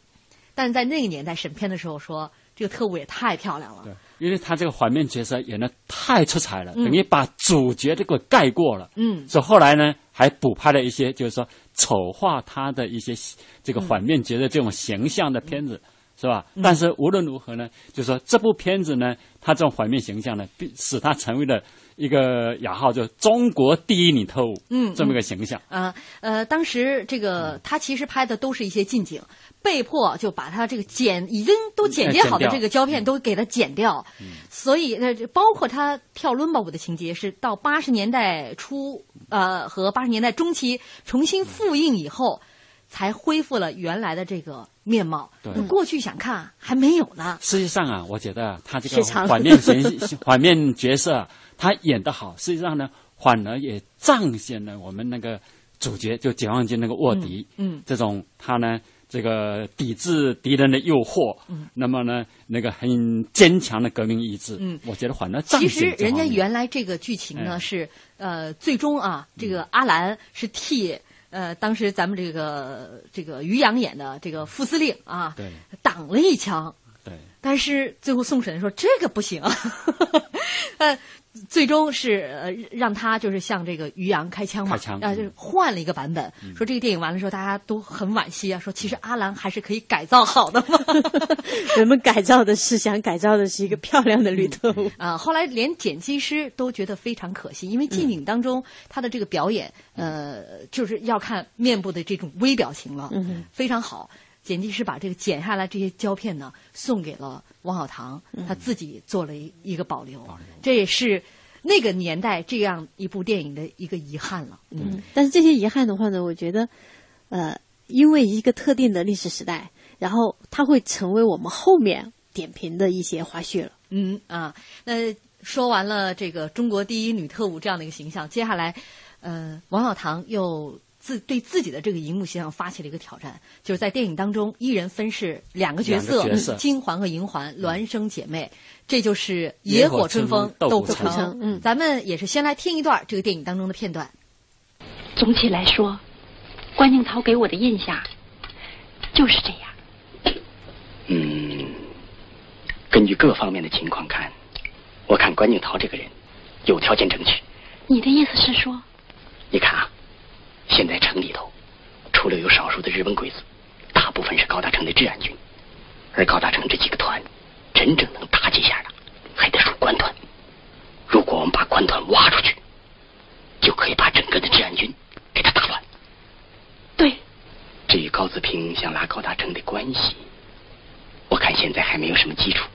[SPEAKER 1] 但是在那个年代审片的时候说，这个特务也太漂亮了。
[SPEAKER 4] 对，因为他这个反面角色演的太出彩了，
[SPEAKER 1] 嗯
[SPEAKER 4] 等于把主角这个盖过了。
[SPEAKER 1] 嗯
[SPEAKER 4] 所以后来呢，还补拍了一些，就是说丑化他的一些这个反面角色这种形象的片子，
[SPEAKER 1] 嗯
[SPEAKER 4] 是吧？但是无论如何呢，就是说这部片子呢，他这种反面形象呢，必使他成为了一个雅号，就是中国第一女特务，
[SPEAKER 1] 嗯
[SPEAKER 4] 这么一个形象。
[SPEAKER 1] 啊，呃，当时这个他其实拍的都是一些近景，被迫就把他这个剪已经都剪接好的这个胶片都给他剪掉，所以呃，这包括他跳伦巴舞的情节是到八十年代初呃和八十年代中期重新复映以后，才恢复了原来的这个面貌。
[SPEAKER 4] 对
[SPEAKER 1] 那过去想看还没有呢。
[SPEAKER 4] 实际上啊，我觉得啊他这
[SPEAKER 1] 时
[SPEAKER 4] 个
[SPEAKER 1] 长
[SPEAKER 4] 反面形 反面角色啊，他演得好，实际上呢，反而也彰显了我们那个主角，就解放军那个卧底，
[SPEAKER 1] 嗯嗯
[SPEAKER 4] 这种他呢，这个抵制敌人的诱惑，嗯、那么呢，那个很坚强的革命意志。嗯，我觉得反而
[SPEAKER 1] 其实人家原来这个剧情呢、嗯、是呃，最终啊，这个阿兰是替。呃，当时咱们这个这个于洋演的这个副司令啊，挡了一枪，
[SPEAKER 4] 对，
[SPEAKER 1] 但是最后宋沈说这个不行， 呃，最终是呃让他就是向这个于洋开枪嘛，
[SPEAKER 4] 开枪，
[SPEAKER 1] 啊，就是换了一个版本，嗯、说这个电影完了之后大家都很惋惜啊，说其实阿兰还是可以改造好的嘛，
[SPEAKER 3] 人们改造的是想改造的是一个漂亮的旅特务
[SPEAKER 1] 啊、呃，后来连剪辑师都觉得非常可惜，因为近景当中、嗯、他的这个表演。呃，就是要看面部的这种微表情了，嗯、非常好。剪辑师把这个剪下来这些胶片呢，送给了王小棠，嗯、他自己做了一一个保留，
[SPEAKER 4] 保留
[SPEAKER 1] 这也是那个年代这样一部电影的一个遗憾了。
[SPEAKER 3] 嗯，但是这些遗憾的话呢，我觉得，呃，因为一个特定的历史时代，然后它会成为我们后面点评的一些花絮了。
[SPEAKER 1] 嗯啊，那说完了这个中国第一女特务这样的一个形象，接下来。呃，王小棠又自对自己的这个荧幕形象发起了一个挑战，就是在电影当中一人分饰两个角色，
[SPEAKER 4] 角色
[SPEAKER 1] 金环和银环，孪生姐妹，这就是《野火春风
[SPEAKER 4] 斗
[SPEAKER 1] 不
[SPEAKER 4] 成》
[SPEAKER 1] 成。嗯，咱们也是先来听一段这个电影当中的片段。
[SPEAKER 17] 总体来说，关敬涛给我的印象就是这样。
[SPEAKER 31] 嗯，根据各方面的情况看，我看关敬涛这个人有条件争取。
[SPEAKER 17] 你的意思是说？
[SPEAKER 31] 你看啊，现在城里头，除了有少数的日本鬼子，大部分是高大成的治安军，而高大成这几个团，真正能打几下的，还得数关团。如果我们把关团挖出去，就可以把整个的治安军给他打乱。
[SPEAKER 17] 对，
[SPEAKER 31] 至于高自平想拉高大成的关系，我看现在还没有什么基础。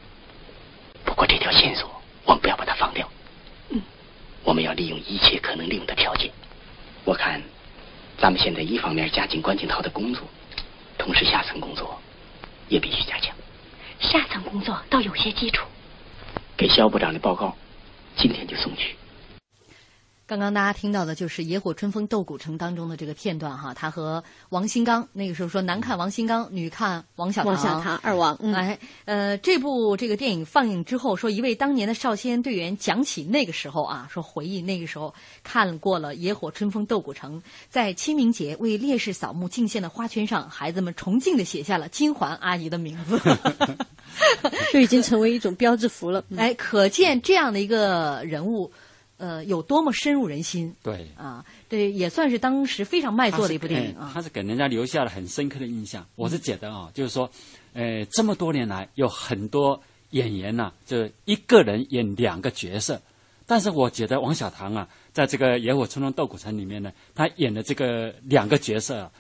[SPEAKER 31] 不过这条线索，我们不要把它放掉。
[SPEAKER 17] 嗯，
[SPEAKER 31] 我们要利用一切可能利用的条件。我看，咱们现在一方面加紧关敬涛的工作，同时下层工作也必须加强。
[SPEAKER 17] 下层工作倒有些基础。
[SPEAKER 31] 给肖部长的报告，今天就送去。
[SPEAKER 1] 刚刚大家听到的就是《野火春风斗古城》当中的这个片段哈，他和王新刚那个时候说男看王新刚，女看王小棠。
[SPEAKER 3] 王小棠二王，嗯、
[SPEAKER 1] 哎，呃，这部这个电影放映之后，说一位当年的少先队员讲起那个时候啊，说回忆那个时候看过了《野火春风斗古城》，在清明节为烈士扫墓敬献的花圈上，孩子们崇敬的写下了金环阿姨的名 字。
[SPEAKER 3] 就已经成为一种标志符了。
[SPEAKER 1] 嗯、哎，可见这样的一个人物。呃，有多么深入人心？
[SPEAKER 4] 对
[SPEAKER 1] 啊，这也算是当时非常卖座的一部电
[SPEAKER 3] 哎
[SPEAKER 1] 影啊。
[SPEAKER 4] 他是给人家留下了很深刻的印象。我是觉得啊，嗯、就是说，呃，这么多年来，有很多演员呐、啊，就是一个人演两个角色。但是我觉得王小棠啊，在这个《野火春风斗古城》里面呢，他演的这个两个角色、啊，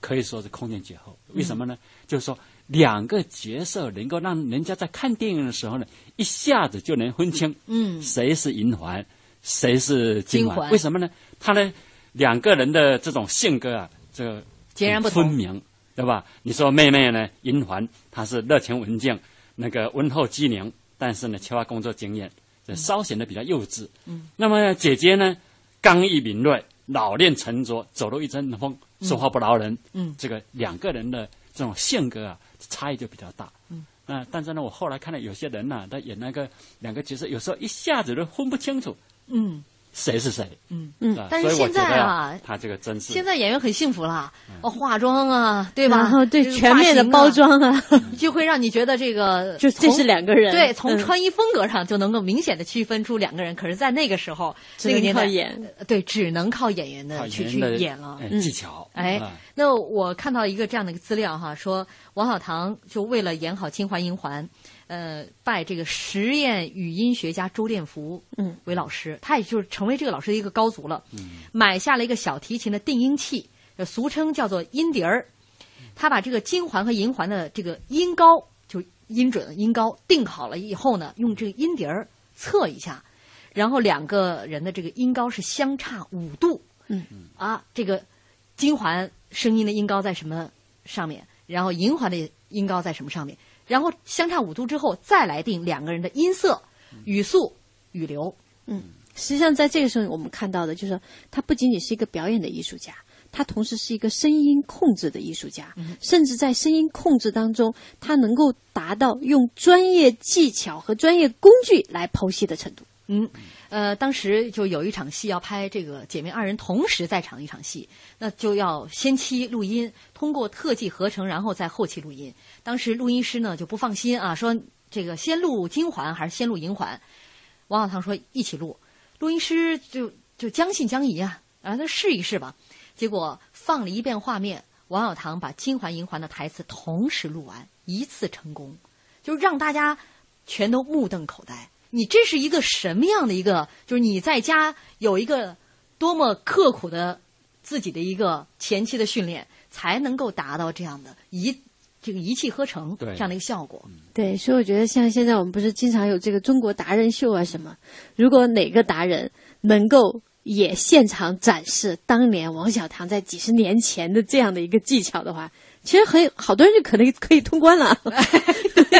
[SPEAKER 4] 可以说是空前绝后。为什么呢？嗯、就是说。两个角色能够让人家在看电影的时候呢，一下子就能分清，
[SPEAKER 1] 嗯，
[SPEAKER 4] 谁是银环。谁是
[SPEAKER 1] 金
[SPEAKER 4] 环？为什么呢？他呢，两个人的这种性格啊，这个
[SPEAKER 1] 截然不
[SPEAKER 4] 分明，对吧？你说妹妹呢，银环她是热情文静，那个温厚机灵，但是呢，缺乏工作经验，这稍显得比较幼稚。
[SPEAKER 1] 嗯。
[SPEAKER 4] 那么姐姐呢，刚毅敏锐，老练沉着，走路一阵风，说话不饶人。
[SPEAKER 1] 嗯。
[SPEAKER 4] 这个两个人的这种性格啊，差异就比较大。
[SPEAKER 1] 嗯。
[SPEAKER 4] 那但是呢，我后来看到有些人呐、啊，他演那个两个角色，有时候一下子都分不清楚。
[SPEAKER 1] 嗯，
[SPEAKER 4] 谁是谁？
[SPEAKER 1] 嗯嗯，
[SPEAKER 4] 啊、
[SPEAKER 1] 但是现在
[SPEAKER 4] 啊，他这个真是
[SPEAKER 1] 嗯现在演员很幸福了，嗯、化妆啊，对吧？然
[SPEAKER 3] 后对全面的包装
[SPEAKER 1] 啊，就会让你觉得这个
[SPEAKER 3] 就这是两个人。嗯
[SPEAKER 1] 对，从穿衣风格上就能够明显的区分出两个人。嗯、可是，在那个时候，那个年代，
[SPEAKER 3] 演
[SPEAKER 1] 对，只能靠演员的去去演了、
[SPEAKER 3] 哎
[SPEAKER 4] 嗯、技巧。
[SPEAKER 1] 哎，那我看到一个这样的一个资料哈，说王小棠就为了演好《金环银环》。呃，拜这个实验语音学家周练福
[SPEAKER 3] 嗯
[SPEAKER 1] 为老师，嗯、他也就是成为这个老师的一个高足了。嗯，买下了一个小提琴的定音器，呃俗称叫做音笛儿。他把这个金环和银环的这个音高，就音准、音高定好了以后呢，用这个音笛儿测一下，然后两个人的这个音高是相差五度。
[SPEAKER 3] 嗯
[SPEAKER 1] 啊，这个金环声音的音高在什么上面？然后银环的音高在什么上面？然后相差五度之后，再来定两个人的音色、语速、语流。
[SPEAKER 3] 嗯，实际上在这个时候，我们看到的就是，他不仅仅是一个表演的艺术家，他同时是一个声音控制的艺术家，
[SPEAKER 1] 嗯
[SPEAKER 3] 甚至在声音控制当中，他能够达到用专业技巧和专业工具来剖析的程度。
[SPEAKER 1] 嗯，呃，当时就有一场戏要拍，这个姐妹二人同时在场的一场戏，那就要先期录音，通过特技合成，然后再后期录音。当时录音师呢就不放心啊，说这个先录金环还是先录银环？王小堂说一起录，录音师就就将信将疑啊，然后他试一试吧。结果放了一遍画面，王小堂把金环银环的台词同时录完，一次成功，就是让大家全都目瞪口呆。你这是一个什么样的一个？就是你在家有一个多么刻苦的自己的一个前期的训练，才能够达到这样的一这个一气呵成这样的一个效果。
[SPEAKER 4] 嗯
[SPEAKER 3] 对，所以我觉得像现在我们不是经常有这个中国达人秀啊什么，如果哪个达人能够也现场展示当年王小棠在几十年前的这样的一个技巧的话，其实很好多人就可能可以通关了。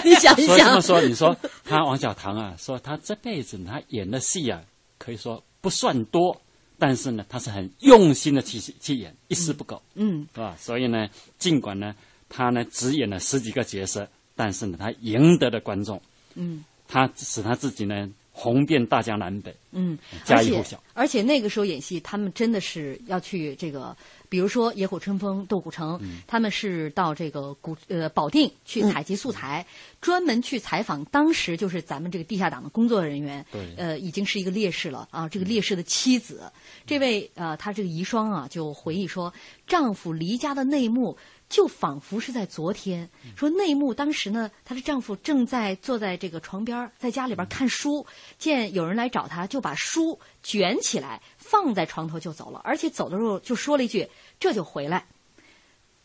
[SPEAKER 3] 你想一
[SPEAKER 4] 所以这么
[SPEAKER 3] 想，
[SPEAKER 4] 说，你说他王小棠啊，说他这辈子他演的戏啊，可以说不算多，但是呢，他是很用心的去去演，一丝不苟，
[SPEAKER 1] 嗯，
[SPEAKER 4] 是吧？所以呢，尽管呢，他呢只演了十几个角色，但是呢，他赢得了观众，
[SPEAKER 1] 嗯
[SPEAKER 4] 他使他自己呢红遍大江南北，
[SPEAKER 1] 嗯，
[SPEAKER 4] 家喻户晓。
[SPEAKER 1] 而且那个时候演戏，他们真的是要去这个，比如说《野火春风》《斗古城》他们是到这个古呃保定去采集素材，专门去采访当时就是咱们这个地下党的工作人员，
[SPEAKER 4] 对
[SPEAKER 1] 呃，已经是一个烈士了啊，这个烈士的妻子，这位呃，她这个遗孀啊，就回忆说，丈夫离家的内幕。就仿佛是在昨天，说内幕当时呢，她的丈夫正在坐在这个床边儿，在家里边儿看书，见有人来找她，就把书卷起来放在床头就走了，而且走的时候就说了一句：“这就回来。”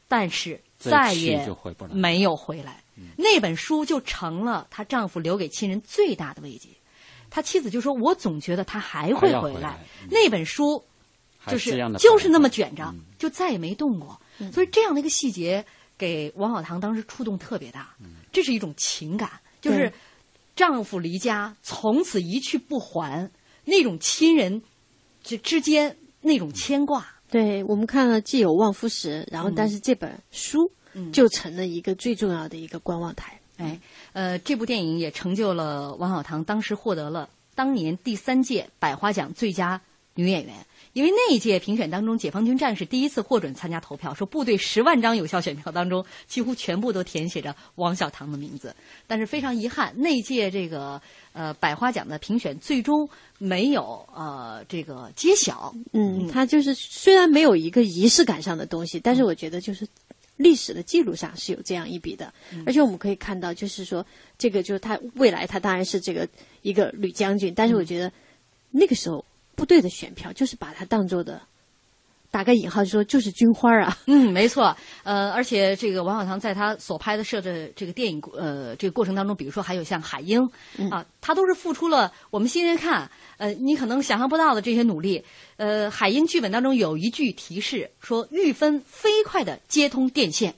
[SPEAKER 1] 但是
[SPEAKER 4] 这
[SPEAKER 1] 再
[SPEAKER 4] 去
[SPEAKER 1] 也
[SPEAKER 4] 就回不来嗯
[SPEAKER 1] 没有回来，那本书就成了她丈夫留给亲人最大的慰藉。她妻子就说：“我总觉得他还会
[SPEAKER 4] 还要
[SPEAKER 1] 回
[SPEAKER 4] 回来嗯
[SPEAKER 1] 那本书
[SPEAKER 4] 还
[SPEAKER 1] 就是
[SPEAKER 4] 这样的嗯
[SPEAKER 1] 就是那么卷着，就再也没动过。
[SPEAKER 3] 嗯
[SPEAKER 1] 所以这样的一个细节，给王小棠当时触动特别大。
[SPEAKER 4] 嗯
[SPEAKER 1] 这是一种情感，就是
[SPEAKER 3] 对
[SPEAKER 1] 丈夫离家，从此一去不还，那种亲人之之间那种牵挂。
[SPEAKER 3] 对我们看了既有望夫石，然后但是这本书
[SPEAKER 1] 嗯
[SPEAKER 3] 就成了一个最重要的一个观望台。
[SPEAKER 1] 哎，呃，这部电影也成就了王小棠，当时获得了当年第三届百花奖最佳女演员。因为那一届评选当中，解放军战士第一次获准参加投票，说部队十万张有效选票当中，几乎全部都填写着王小棠的名字。但是非常遗憾，那一届这个呃百花奖的评选最终没有呃这个揭晓。
[SPEAKER 3] 嗯，它就是虽然没有一个仪式感上的东西，
[SPEAKER 1] 嗯
[SPEAKER 3] 但是我觉得就是历史的记录上是有这样一笔的，
[SPEAKER 1] 嗯
[SPEAKER 3] 而且我们可以看到，就是说这个就是他未来他当然是这个一个吕将军，
[SPEAKER 1] 嗯
[SPEAKER 3] 但是我觉得那个时候部队的选票就是把他当做的打个引号说就是军花啊，
[SPEAKER 1] 嗯，没错。呃，而且这个王小棠在她所拍的摄的这个电影呃这个过程当中，比如说还有像海英、啊，她都是付出了我们现在看呃你可能想象不到的这些努力。呃，海英剧本当中有一句提示说玉芬飞快地接通电线，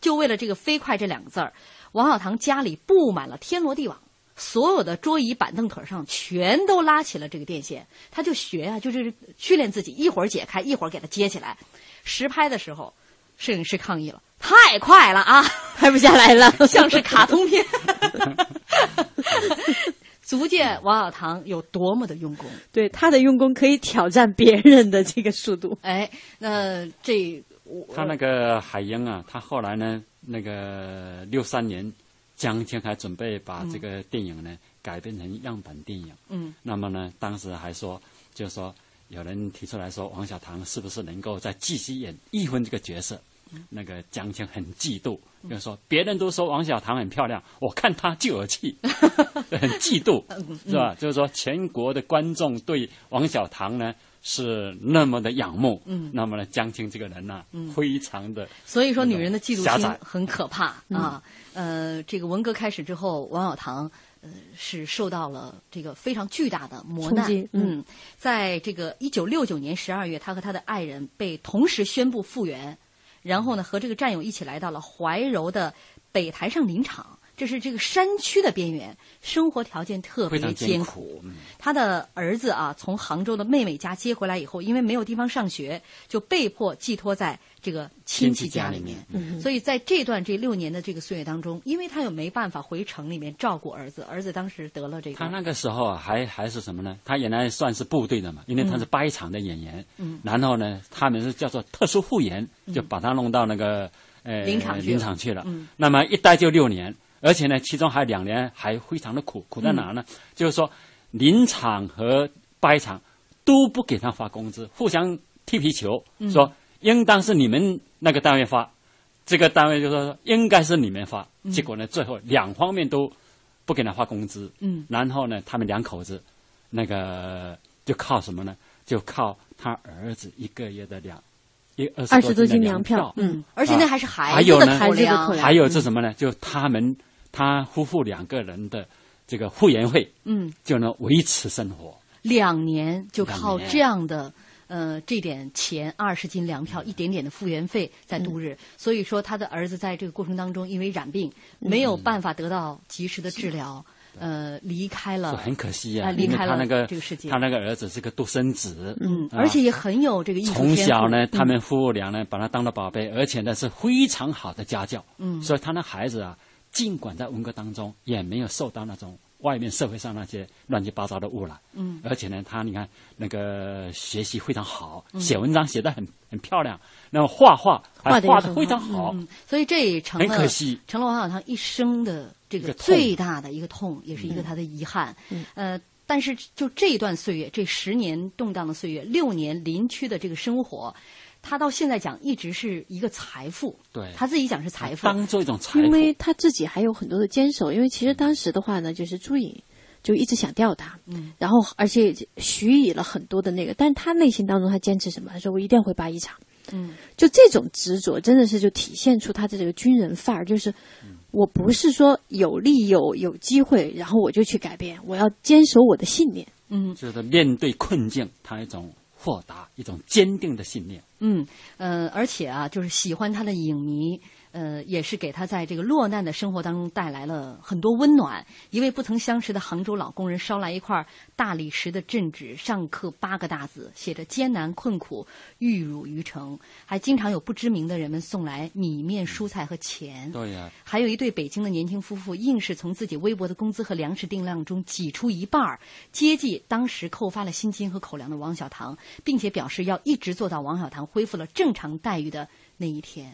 [SPEAKER 1] 就为了这个“飞快”这两个字儿，王小棠家里布满了天罗地网。所有的桌椅板凳腿上全都拉起了这个电线，他就学啊，就是训练自己，一会儿解开，一会儿给它接起来。实拍的时候，摄影师抗议了：“太快了啊，
[SPEAKER 3] 拍不下来了
[SPEAKER 1] 像是卡通片。”足见王小棠有多么的用功。
[SPEAKER 3] 对他的用功可以挑战别人的这个速度。
[SPEAKER 1] 哎，那这我
[SPEAKER 4] 他那个海英啊，他后来呢，那个六三年，江青还准备把这个电影呢、改编成样板电影。
[SPEAKER 1] 嗯
[SPEAKER 4] 那么呢，当时还说，就是说有人提出来说，王小棠是不是能够再继续演易婚这个角色？ 那个江青很嫉妒，就是说别人都说王小棠很漂亮，我看她就有气， 很嫉妒，是吧？
[SPEAKER 1] 嗯
[SPEAKER 4] 就是说全国的观众对王小棠呢是那么的仰慕，
[SPEAKER 1] 嗯
[SPEAKER 4] 那么呢，江青这个人呐、
[SPEAKER 1] 嗯
[SPEAKER 4] 非常的
[SPEAKER 1] 所以说，女人的嫉妒
[SPEAKER 4] 狭
[SPEAKER 1] 心
[SPEAKER 4] 窄
[SPEAKER 1] 很可怕啊。呃，这个文革开始之后，王小棠呃是受到了这个非常巨大的磨难
[SPEAKER 3] 冲击。嗯
[SPEAKER 1] 嗯，在这个一九六九年十二月，她和她的爱人被同时宣布复员，然后呢和这个战友一起来到了怀柔的北台上林场。这是这个山区的边缘，生活条件特别
[SPEAKER 4] 非常
[SPEAKER 1] 艰
[SPEAKER 4] 艰
[SPEAKER 1] 苦
[SPEAKER 4] 苦。嗯
[SPEAKER 1] 他的儿子啊，从杭州的妹妹家接回来以后，因为没有地方上学，就被迫寄托在这个亲戚家里
[SPEAKER 4] 亲
[SPEAKER 1] 面。
[SPEAKER 4] 戚家里面嗯
[SPEAKER 1] 所以在这段这六年的这个岁月当中，因为他又没办法回城里面照顾儿子，儿子当时得了这个，
[SPEAKER 4] 他那个时候啊还还是什么呢？他原来算是部队的嘛，因为他是八一厂的演员，
[SPEAKER 1] 嗯
[SPEAKER 4] 然后呢，他们是叫做特殊护员，
[SPEAKER 1] 嗯
[SPEAKER 4] 就把他弄到那个呃
[SPEAKER 1] 林场去了
[SPEAKER 4] 林场去了。
[SPEAKER 1] 嗯
[SPEAKER 4] 那么一待就六年，而且呢，其中还两年还非常的苦，苦在哪呢？
[SPEAKER 1] 嗯
[SPEAKER 4] 就是说林场和八一厂都不给他发工资，互相踢皮球，
[SPEAKER 16] 嗯
[SPEAKER 4] 说应当是你们那个单位发，这个单位就说应该是你们发，
[SPEAKER 16] 嗯
[SPEAKER 4] 结果呢，最后两方面都不给他发工资，
[SPEAKER 16] 嗯
[SPEAKER 4] 然后呢，他们两口子那个就靠什么呢？就靠他儿子一个月的粮，一
[SPEAKER 3] 二
[SPEAKER 4] 二
[SPEAKER 3] 十
[SPEAKER 4] 十
[SPEAKER 3] 多斤
[SPEAKER 4] 斤
[SPEAKER 3] 粮
[SPEAKER 4] 票
[SPEAKER 3] 票，嗯
[SPEAKER 4] 啊
[SPEAKER 3] 而且那还是孩
[SPEAKER 4] 还
[SPEAKER 3] 子
[SPEAKER 4] 有
[SPEAKER 3] 的
[SPEAKER 4] 呢
[SPEAKER 3] 口粮
[SPEAKER 4] 还有这什么呢？就他们他夫妇两个人的这个后援会，
[SPEAKER 1] 嗯，
[SPEAKER 4] 就能维持生活。
[SPEAKER 1] 两年就靠
[SPEAKER 4] 两年嗯
[SPEAKER 1] 这样的呃这点钱二十斤粮票一点点的复原费在度日，所以说他的儿子在这个过程当中因为染病、
[SPEAKER 4] 嗯
[SPEAKER 1] 没有办法得到及时的治疗，呃离开了，
[SPEAKER 4] 就很可惜呀、
[SPEAKER 1] 啊离
[SPEAKER 4] 因为
[SPEAKER 1] 开了
[SPEAKER 4] 他那个
[SPEAKER 1] 这个世界
[SPEAKER 4] 他那个儿子是个独生子，
[SPEAKER 1] 嗯，
[SPEAKER 4] 啊
[SPEAKER 1] 而且也很有这个艺术
[SPEAKER 4] 从小呢，
[SPEAKER 1] 天赋嗯
[SPEAKER 4] 他们夫妇俩呢把他当了宝贝，而且呢是非常好的家教，
[SPEAKER 1] 嗯
[SPEAKER 4] 所以他那孩子啊，尽管在文革当中，也没有受到那种外面社会上那些乱七八糟的污染，
[SPEAKER 1] 嗯
[SPEAKER 4] 而且呢，他你看那个学习非常好，
[SPEAKER 1] 嗯
[SPEAKER 4] 写文章写得很很漂亮，那么画画还
[SPEAKER 1] 画得也
[SPEAKER 4] 画得
[SPEAKER 1] 很
[SPEAKER 4] 非常
[SPEAKER 1] 好
[SPEAKER 4] 好，
[SPEAKER 1] 嗯所以这也成了
[SPEAKER 4] 很可惜
[SPEAKER 1] 成了王小堂一生的这
[SPEAKER 4] 一
[SPEAKER 1] 个
[SPEAKER 4] 个痛
[SPEAKER 1] 最大的一个痛，也是一个
[SPEAKER 4] 嗯
[SPEAKER 1] 他的遗憾。呃，但是就这一段岁月，这十年动荡的岁月，六年林区的这个生活，他到现在讲一直是一个财富。
[SPEAKER 4] 对
[SPEAKER 1] 他自己讲是财富，啊
[SPEAKER 4] 当做一种财
[SPEAKER 3] 因
[SPEAKER 4] 富。
[SPEAKER 3] 为
[SPEAKER 1] 哎
[SPEAKER 3] 他自己还有很多的坚守，因为其实当时的话呢，就是朱颖就一直想吊他，
[SPEAKER 1] 嗯，
[SPEAKER 3] 然后而且许以了很多的那个，但他内心当中他坚持什么？他说我一定要回八一厂，
[SPEAKER 1] 嗯
[SPEAKER 3] 就这种执着，真的是就体现出他的这个军人范儿，就是
[SPEAKER 1] 嗯
[SPEAKER 3] 我不是说有利有有机会，然后我就去改变，我要坚守我的信念。
[SPEAKER 1] 嗯，
[SPEAKER 4] 就是面对困境，他一种豁达、一种坚定的信念。
[SPEAKER 1] 嗯，呃，而且啊，就是喜欢他的影迷，呃，也是给他在这个落难的生活当中带来了很多温暖。一位不曾相识的杭州老工人捎来一块大理石的镇纸，上刻八个大字，写着“艰难困苦，玉汝于成”，还经常有不知名的人们送来米面、蔬菜和钱。
[SPEAKER 4] 对呀、
[SPEAKER 1] 还有一对北京的年轻夫妇，硬是从自己微薄的工资和粮食定量中挤出一半儿，接济当时扣发了薪金和口粮的王小棠，并且表示要一直做到王小棠恢复了正常待遇的那一天。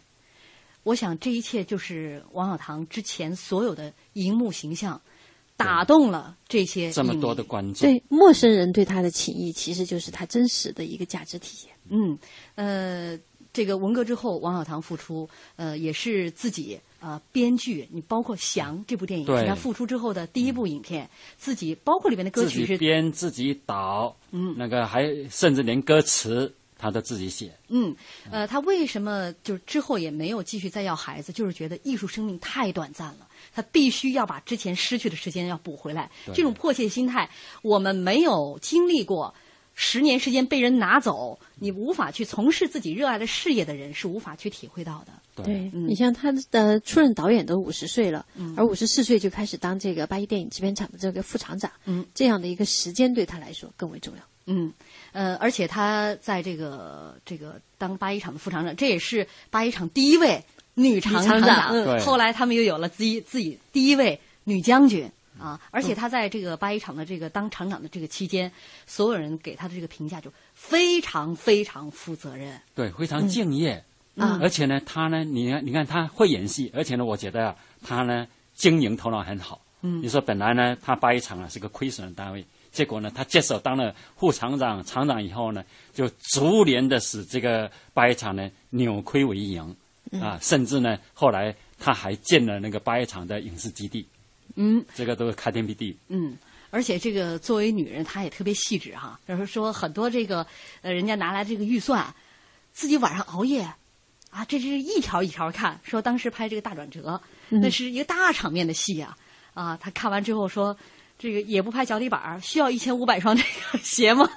[SPEAKER 1] 我想，这一切就是王小棠之前所有的荧幕形象，打动了这些
[SPEAKER 4] 这么
[SPEAKER 1] 影迷
[SPEAKER 4] 多的关注，
[SPEAKER 3] 对陌生人对他的情谊，其实就是他真实的一个价值体现。
[SPEAKER 1] 嗯，呃，这个文革之后，王小棠复出，呃，也是自己啊、呃编剧，你包括《翔》这部电影
[SPEAKER 4] 对
[SPEAKER 1] 是他复出之后的第一部影片，自己包括里面的歌曲
[SPEAKER 4] 自己
[SPEAKER 1] 是
[SPEAKER 4] 编自己导，
[SPEAKER 1] 嗯
[SPEAKER 4] 那个还甚至连歌词他都自己写。
[SPEAKER 1] 嗯，呃，他为什么就是之后也没有继续再要孩子？就是觉得艺术生命太短暂了，他必须要把之前失去的时间要补回来。
[SPEAKER 32] 对
[SPEAKER 1] 这种迫切心态，我们没有经历过十年时间被人拿走，你无法去从事自己热爱的事业的人是无法去体会到的。
[SPEAKER 3] 对
[SPEAKER 1] 嗯
[SPEAKER 3] 你像他的出任导演都五十岁了，而五十四岁就开始当这个八一电影制片厂的这个副厂长，
[SPEAKER 1] 嗯
[SPEAKER 3] 这样的一个时间对他来说更为重要。
[SPEAKER 1] 嗯，
[SPEAKER 3] uh,
[SPEAKER 1] 呃，而且他在这个这个当八一厂的副厂长，这也是八一厂第一位女厂
[SPEAKER 3] 女厂长
[SPEAKER 1] 长。
[SPEAKER 3] 嗯对
[SPEAKER 1] 后来他们又有了自己自己第一位女将军啊，而且他在这个八一厂的这个当厂长的这个期间，所有人给他的这个评价就非常非常负责任。
[SPEAKER 4] 对，非常敬业。
[SPEAKER 1] 嗯啊
[SPEAKER 4] 而且呢，他呢，你看，你看他会演戏，而且呢，我觉得啊他呢经营头脑很好。
[SPEAKER 1] 嗯
[SPEAKER 4] 你说本来呢，他八一厂啊是个亏损的单位，结果呢，他接手当了副厂长、厂长以后呢，就逐年的使这个八一厂呢扭亏为盈、
[SPEAKER 1] 嗯
[SPEAKER 4] 啊，甚至呢，后来他还建了那个八一厂的影视基地，
[SPEAKER 1] 嗯
[SPEAKER 4] 这个都是开天辟地。
[SPEAKER 1] 嗯，而且这个作为女人，她也特别细致哈。就是说很多这个呃，人家拿来这个预算，自己晚上熬夜啊，这是一条一条看。说当时拍这个大转折，
[SPEAKER 3] 嗯
[SPEAKER 1] 那是一个大场面的戏啊啊，她看完之后说。这个也不拍脚底板儿，需要一千五百双这个鞋吗？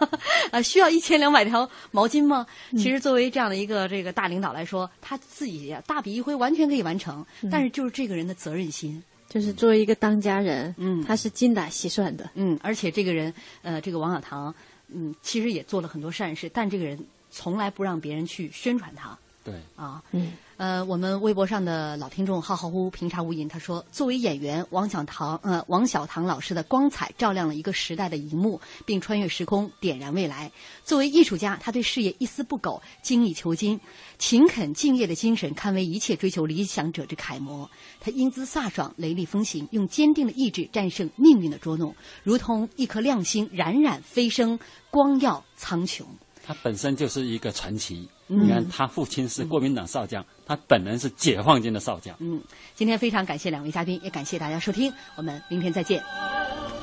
[SPEAKER 1] 啊，需要一千两百条毛巾吗？
[SPEAKER 32] 嗯
[SPEAKER 1] 其实作为这样的一个这个大领导来说，他自己大笔一挥完全可以完成，但是就是这个人的责任心，
[SPEAKER 30] 嗯就是作为一个当家人，嗯，他是精打细算的，
[SPEAKER 1] 嗯，而且这个人，呃，这个王小棠，嗯，其实也做了很多善事，但这个人从来不让别人去宣传他，
[SPEAKER 4] 对，
[SPEAKER 1] 啊，
[SPEAKER 30] 嗯，
[SPEAKER 1] 呃，我们微博上的老听众浩浩乎平茶无垠，他说，作为演员，王小棠，呃，王小棠老师的光彩照亮了一个时代的荧幕，并穿越时空，点燃未来。作为艺术家，他对事业一丝不苟，精益求精，勤恳敬业的精神堪为一切追求理想者之楷模。他英姿飒爽，雷厉风行，用坚定的意志战胜命运的捉弄，如同一颗亮星冉冉飞升，光耀苍穹。
[SPEAKER 4] 他本身就是一个传奇。
[SPEAKER 1] 嗯
[SPEAKER 4] 你看，他父亲是国民党少将，他本人是解放军的少将。
[SPEAKER 1] 嗯，今天非常感谢两位嘉宾，也感谢大家收听，我们明天再见。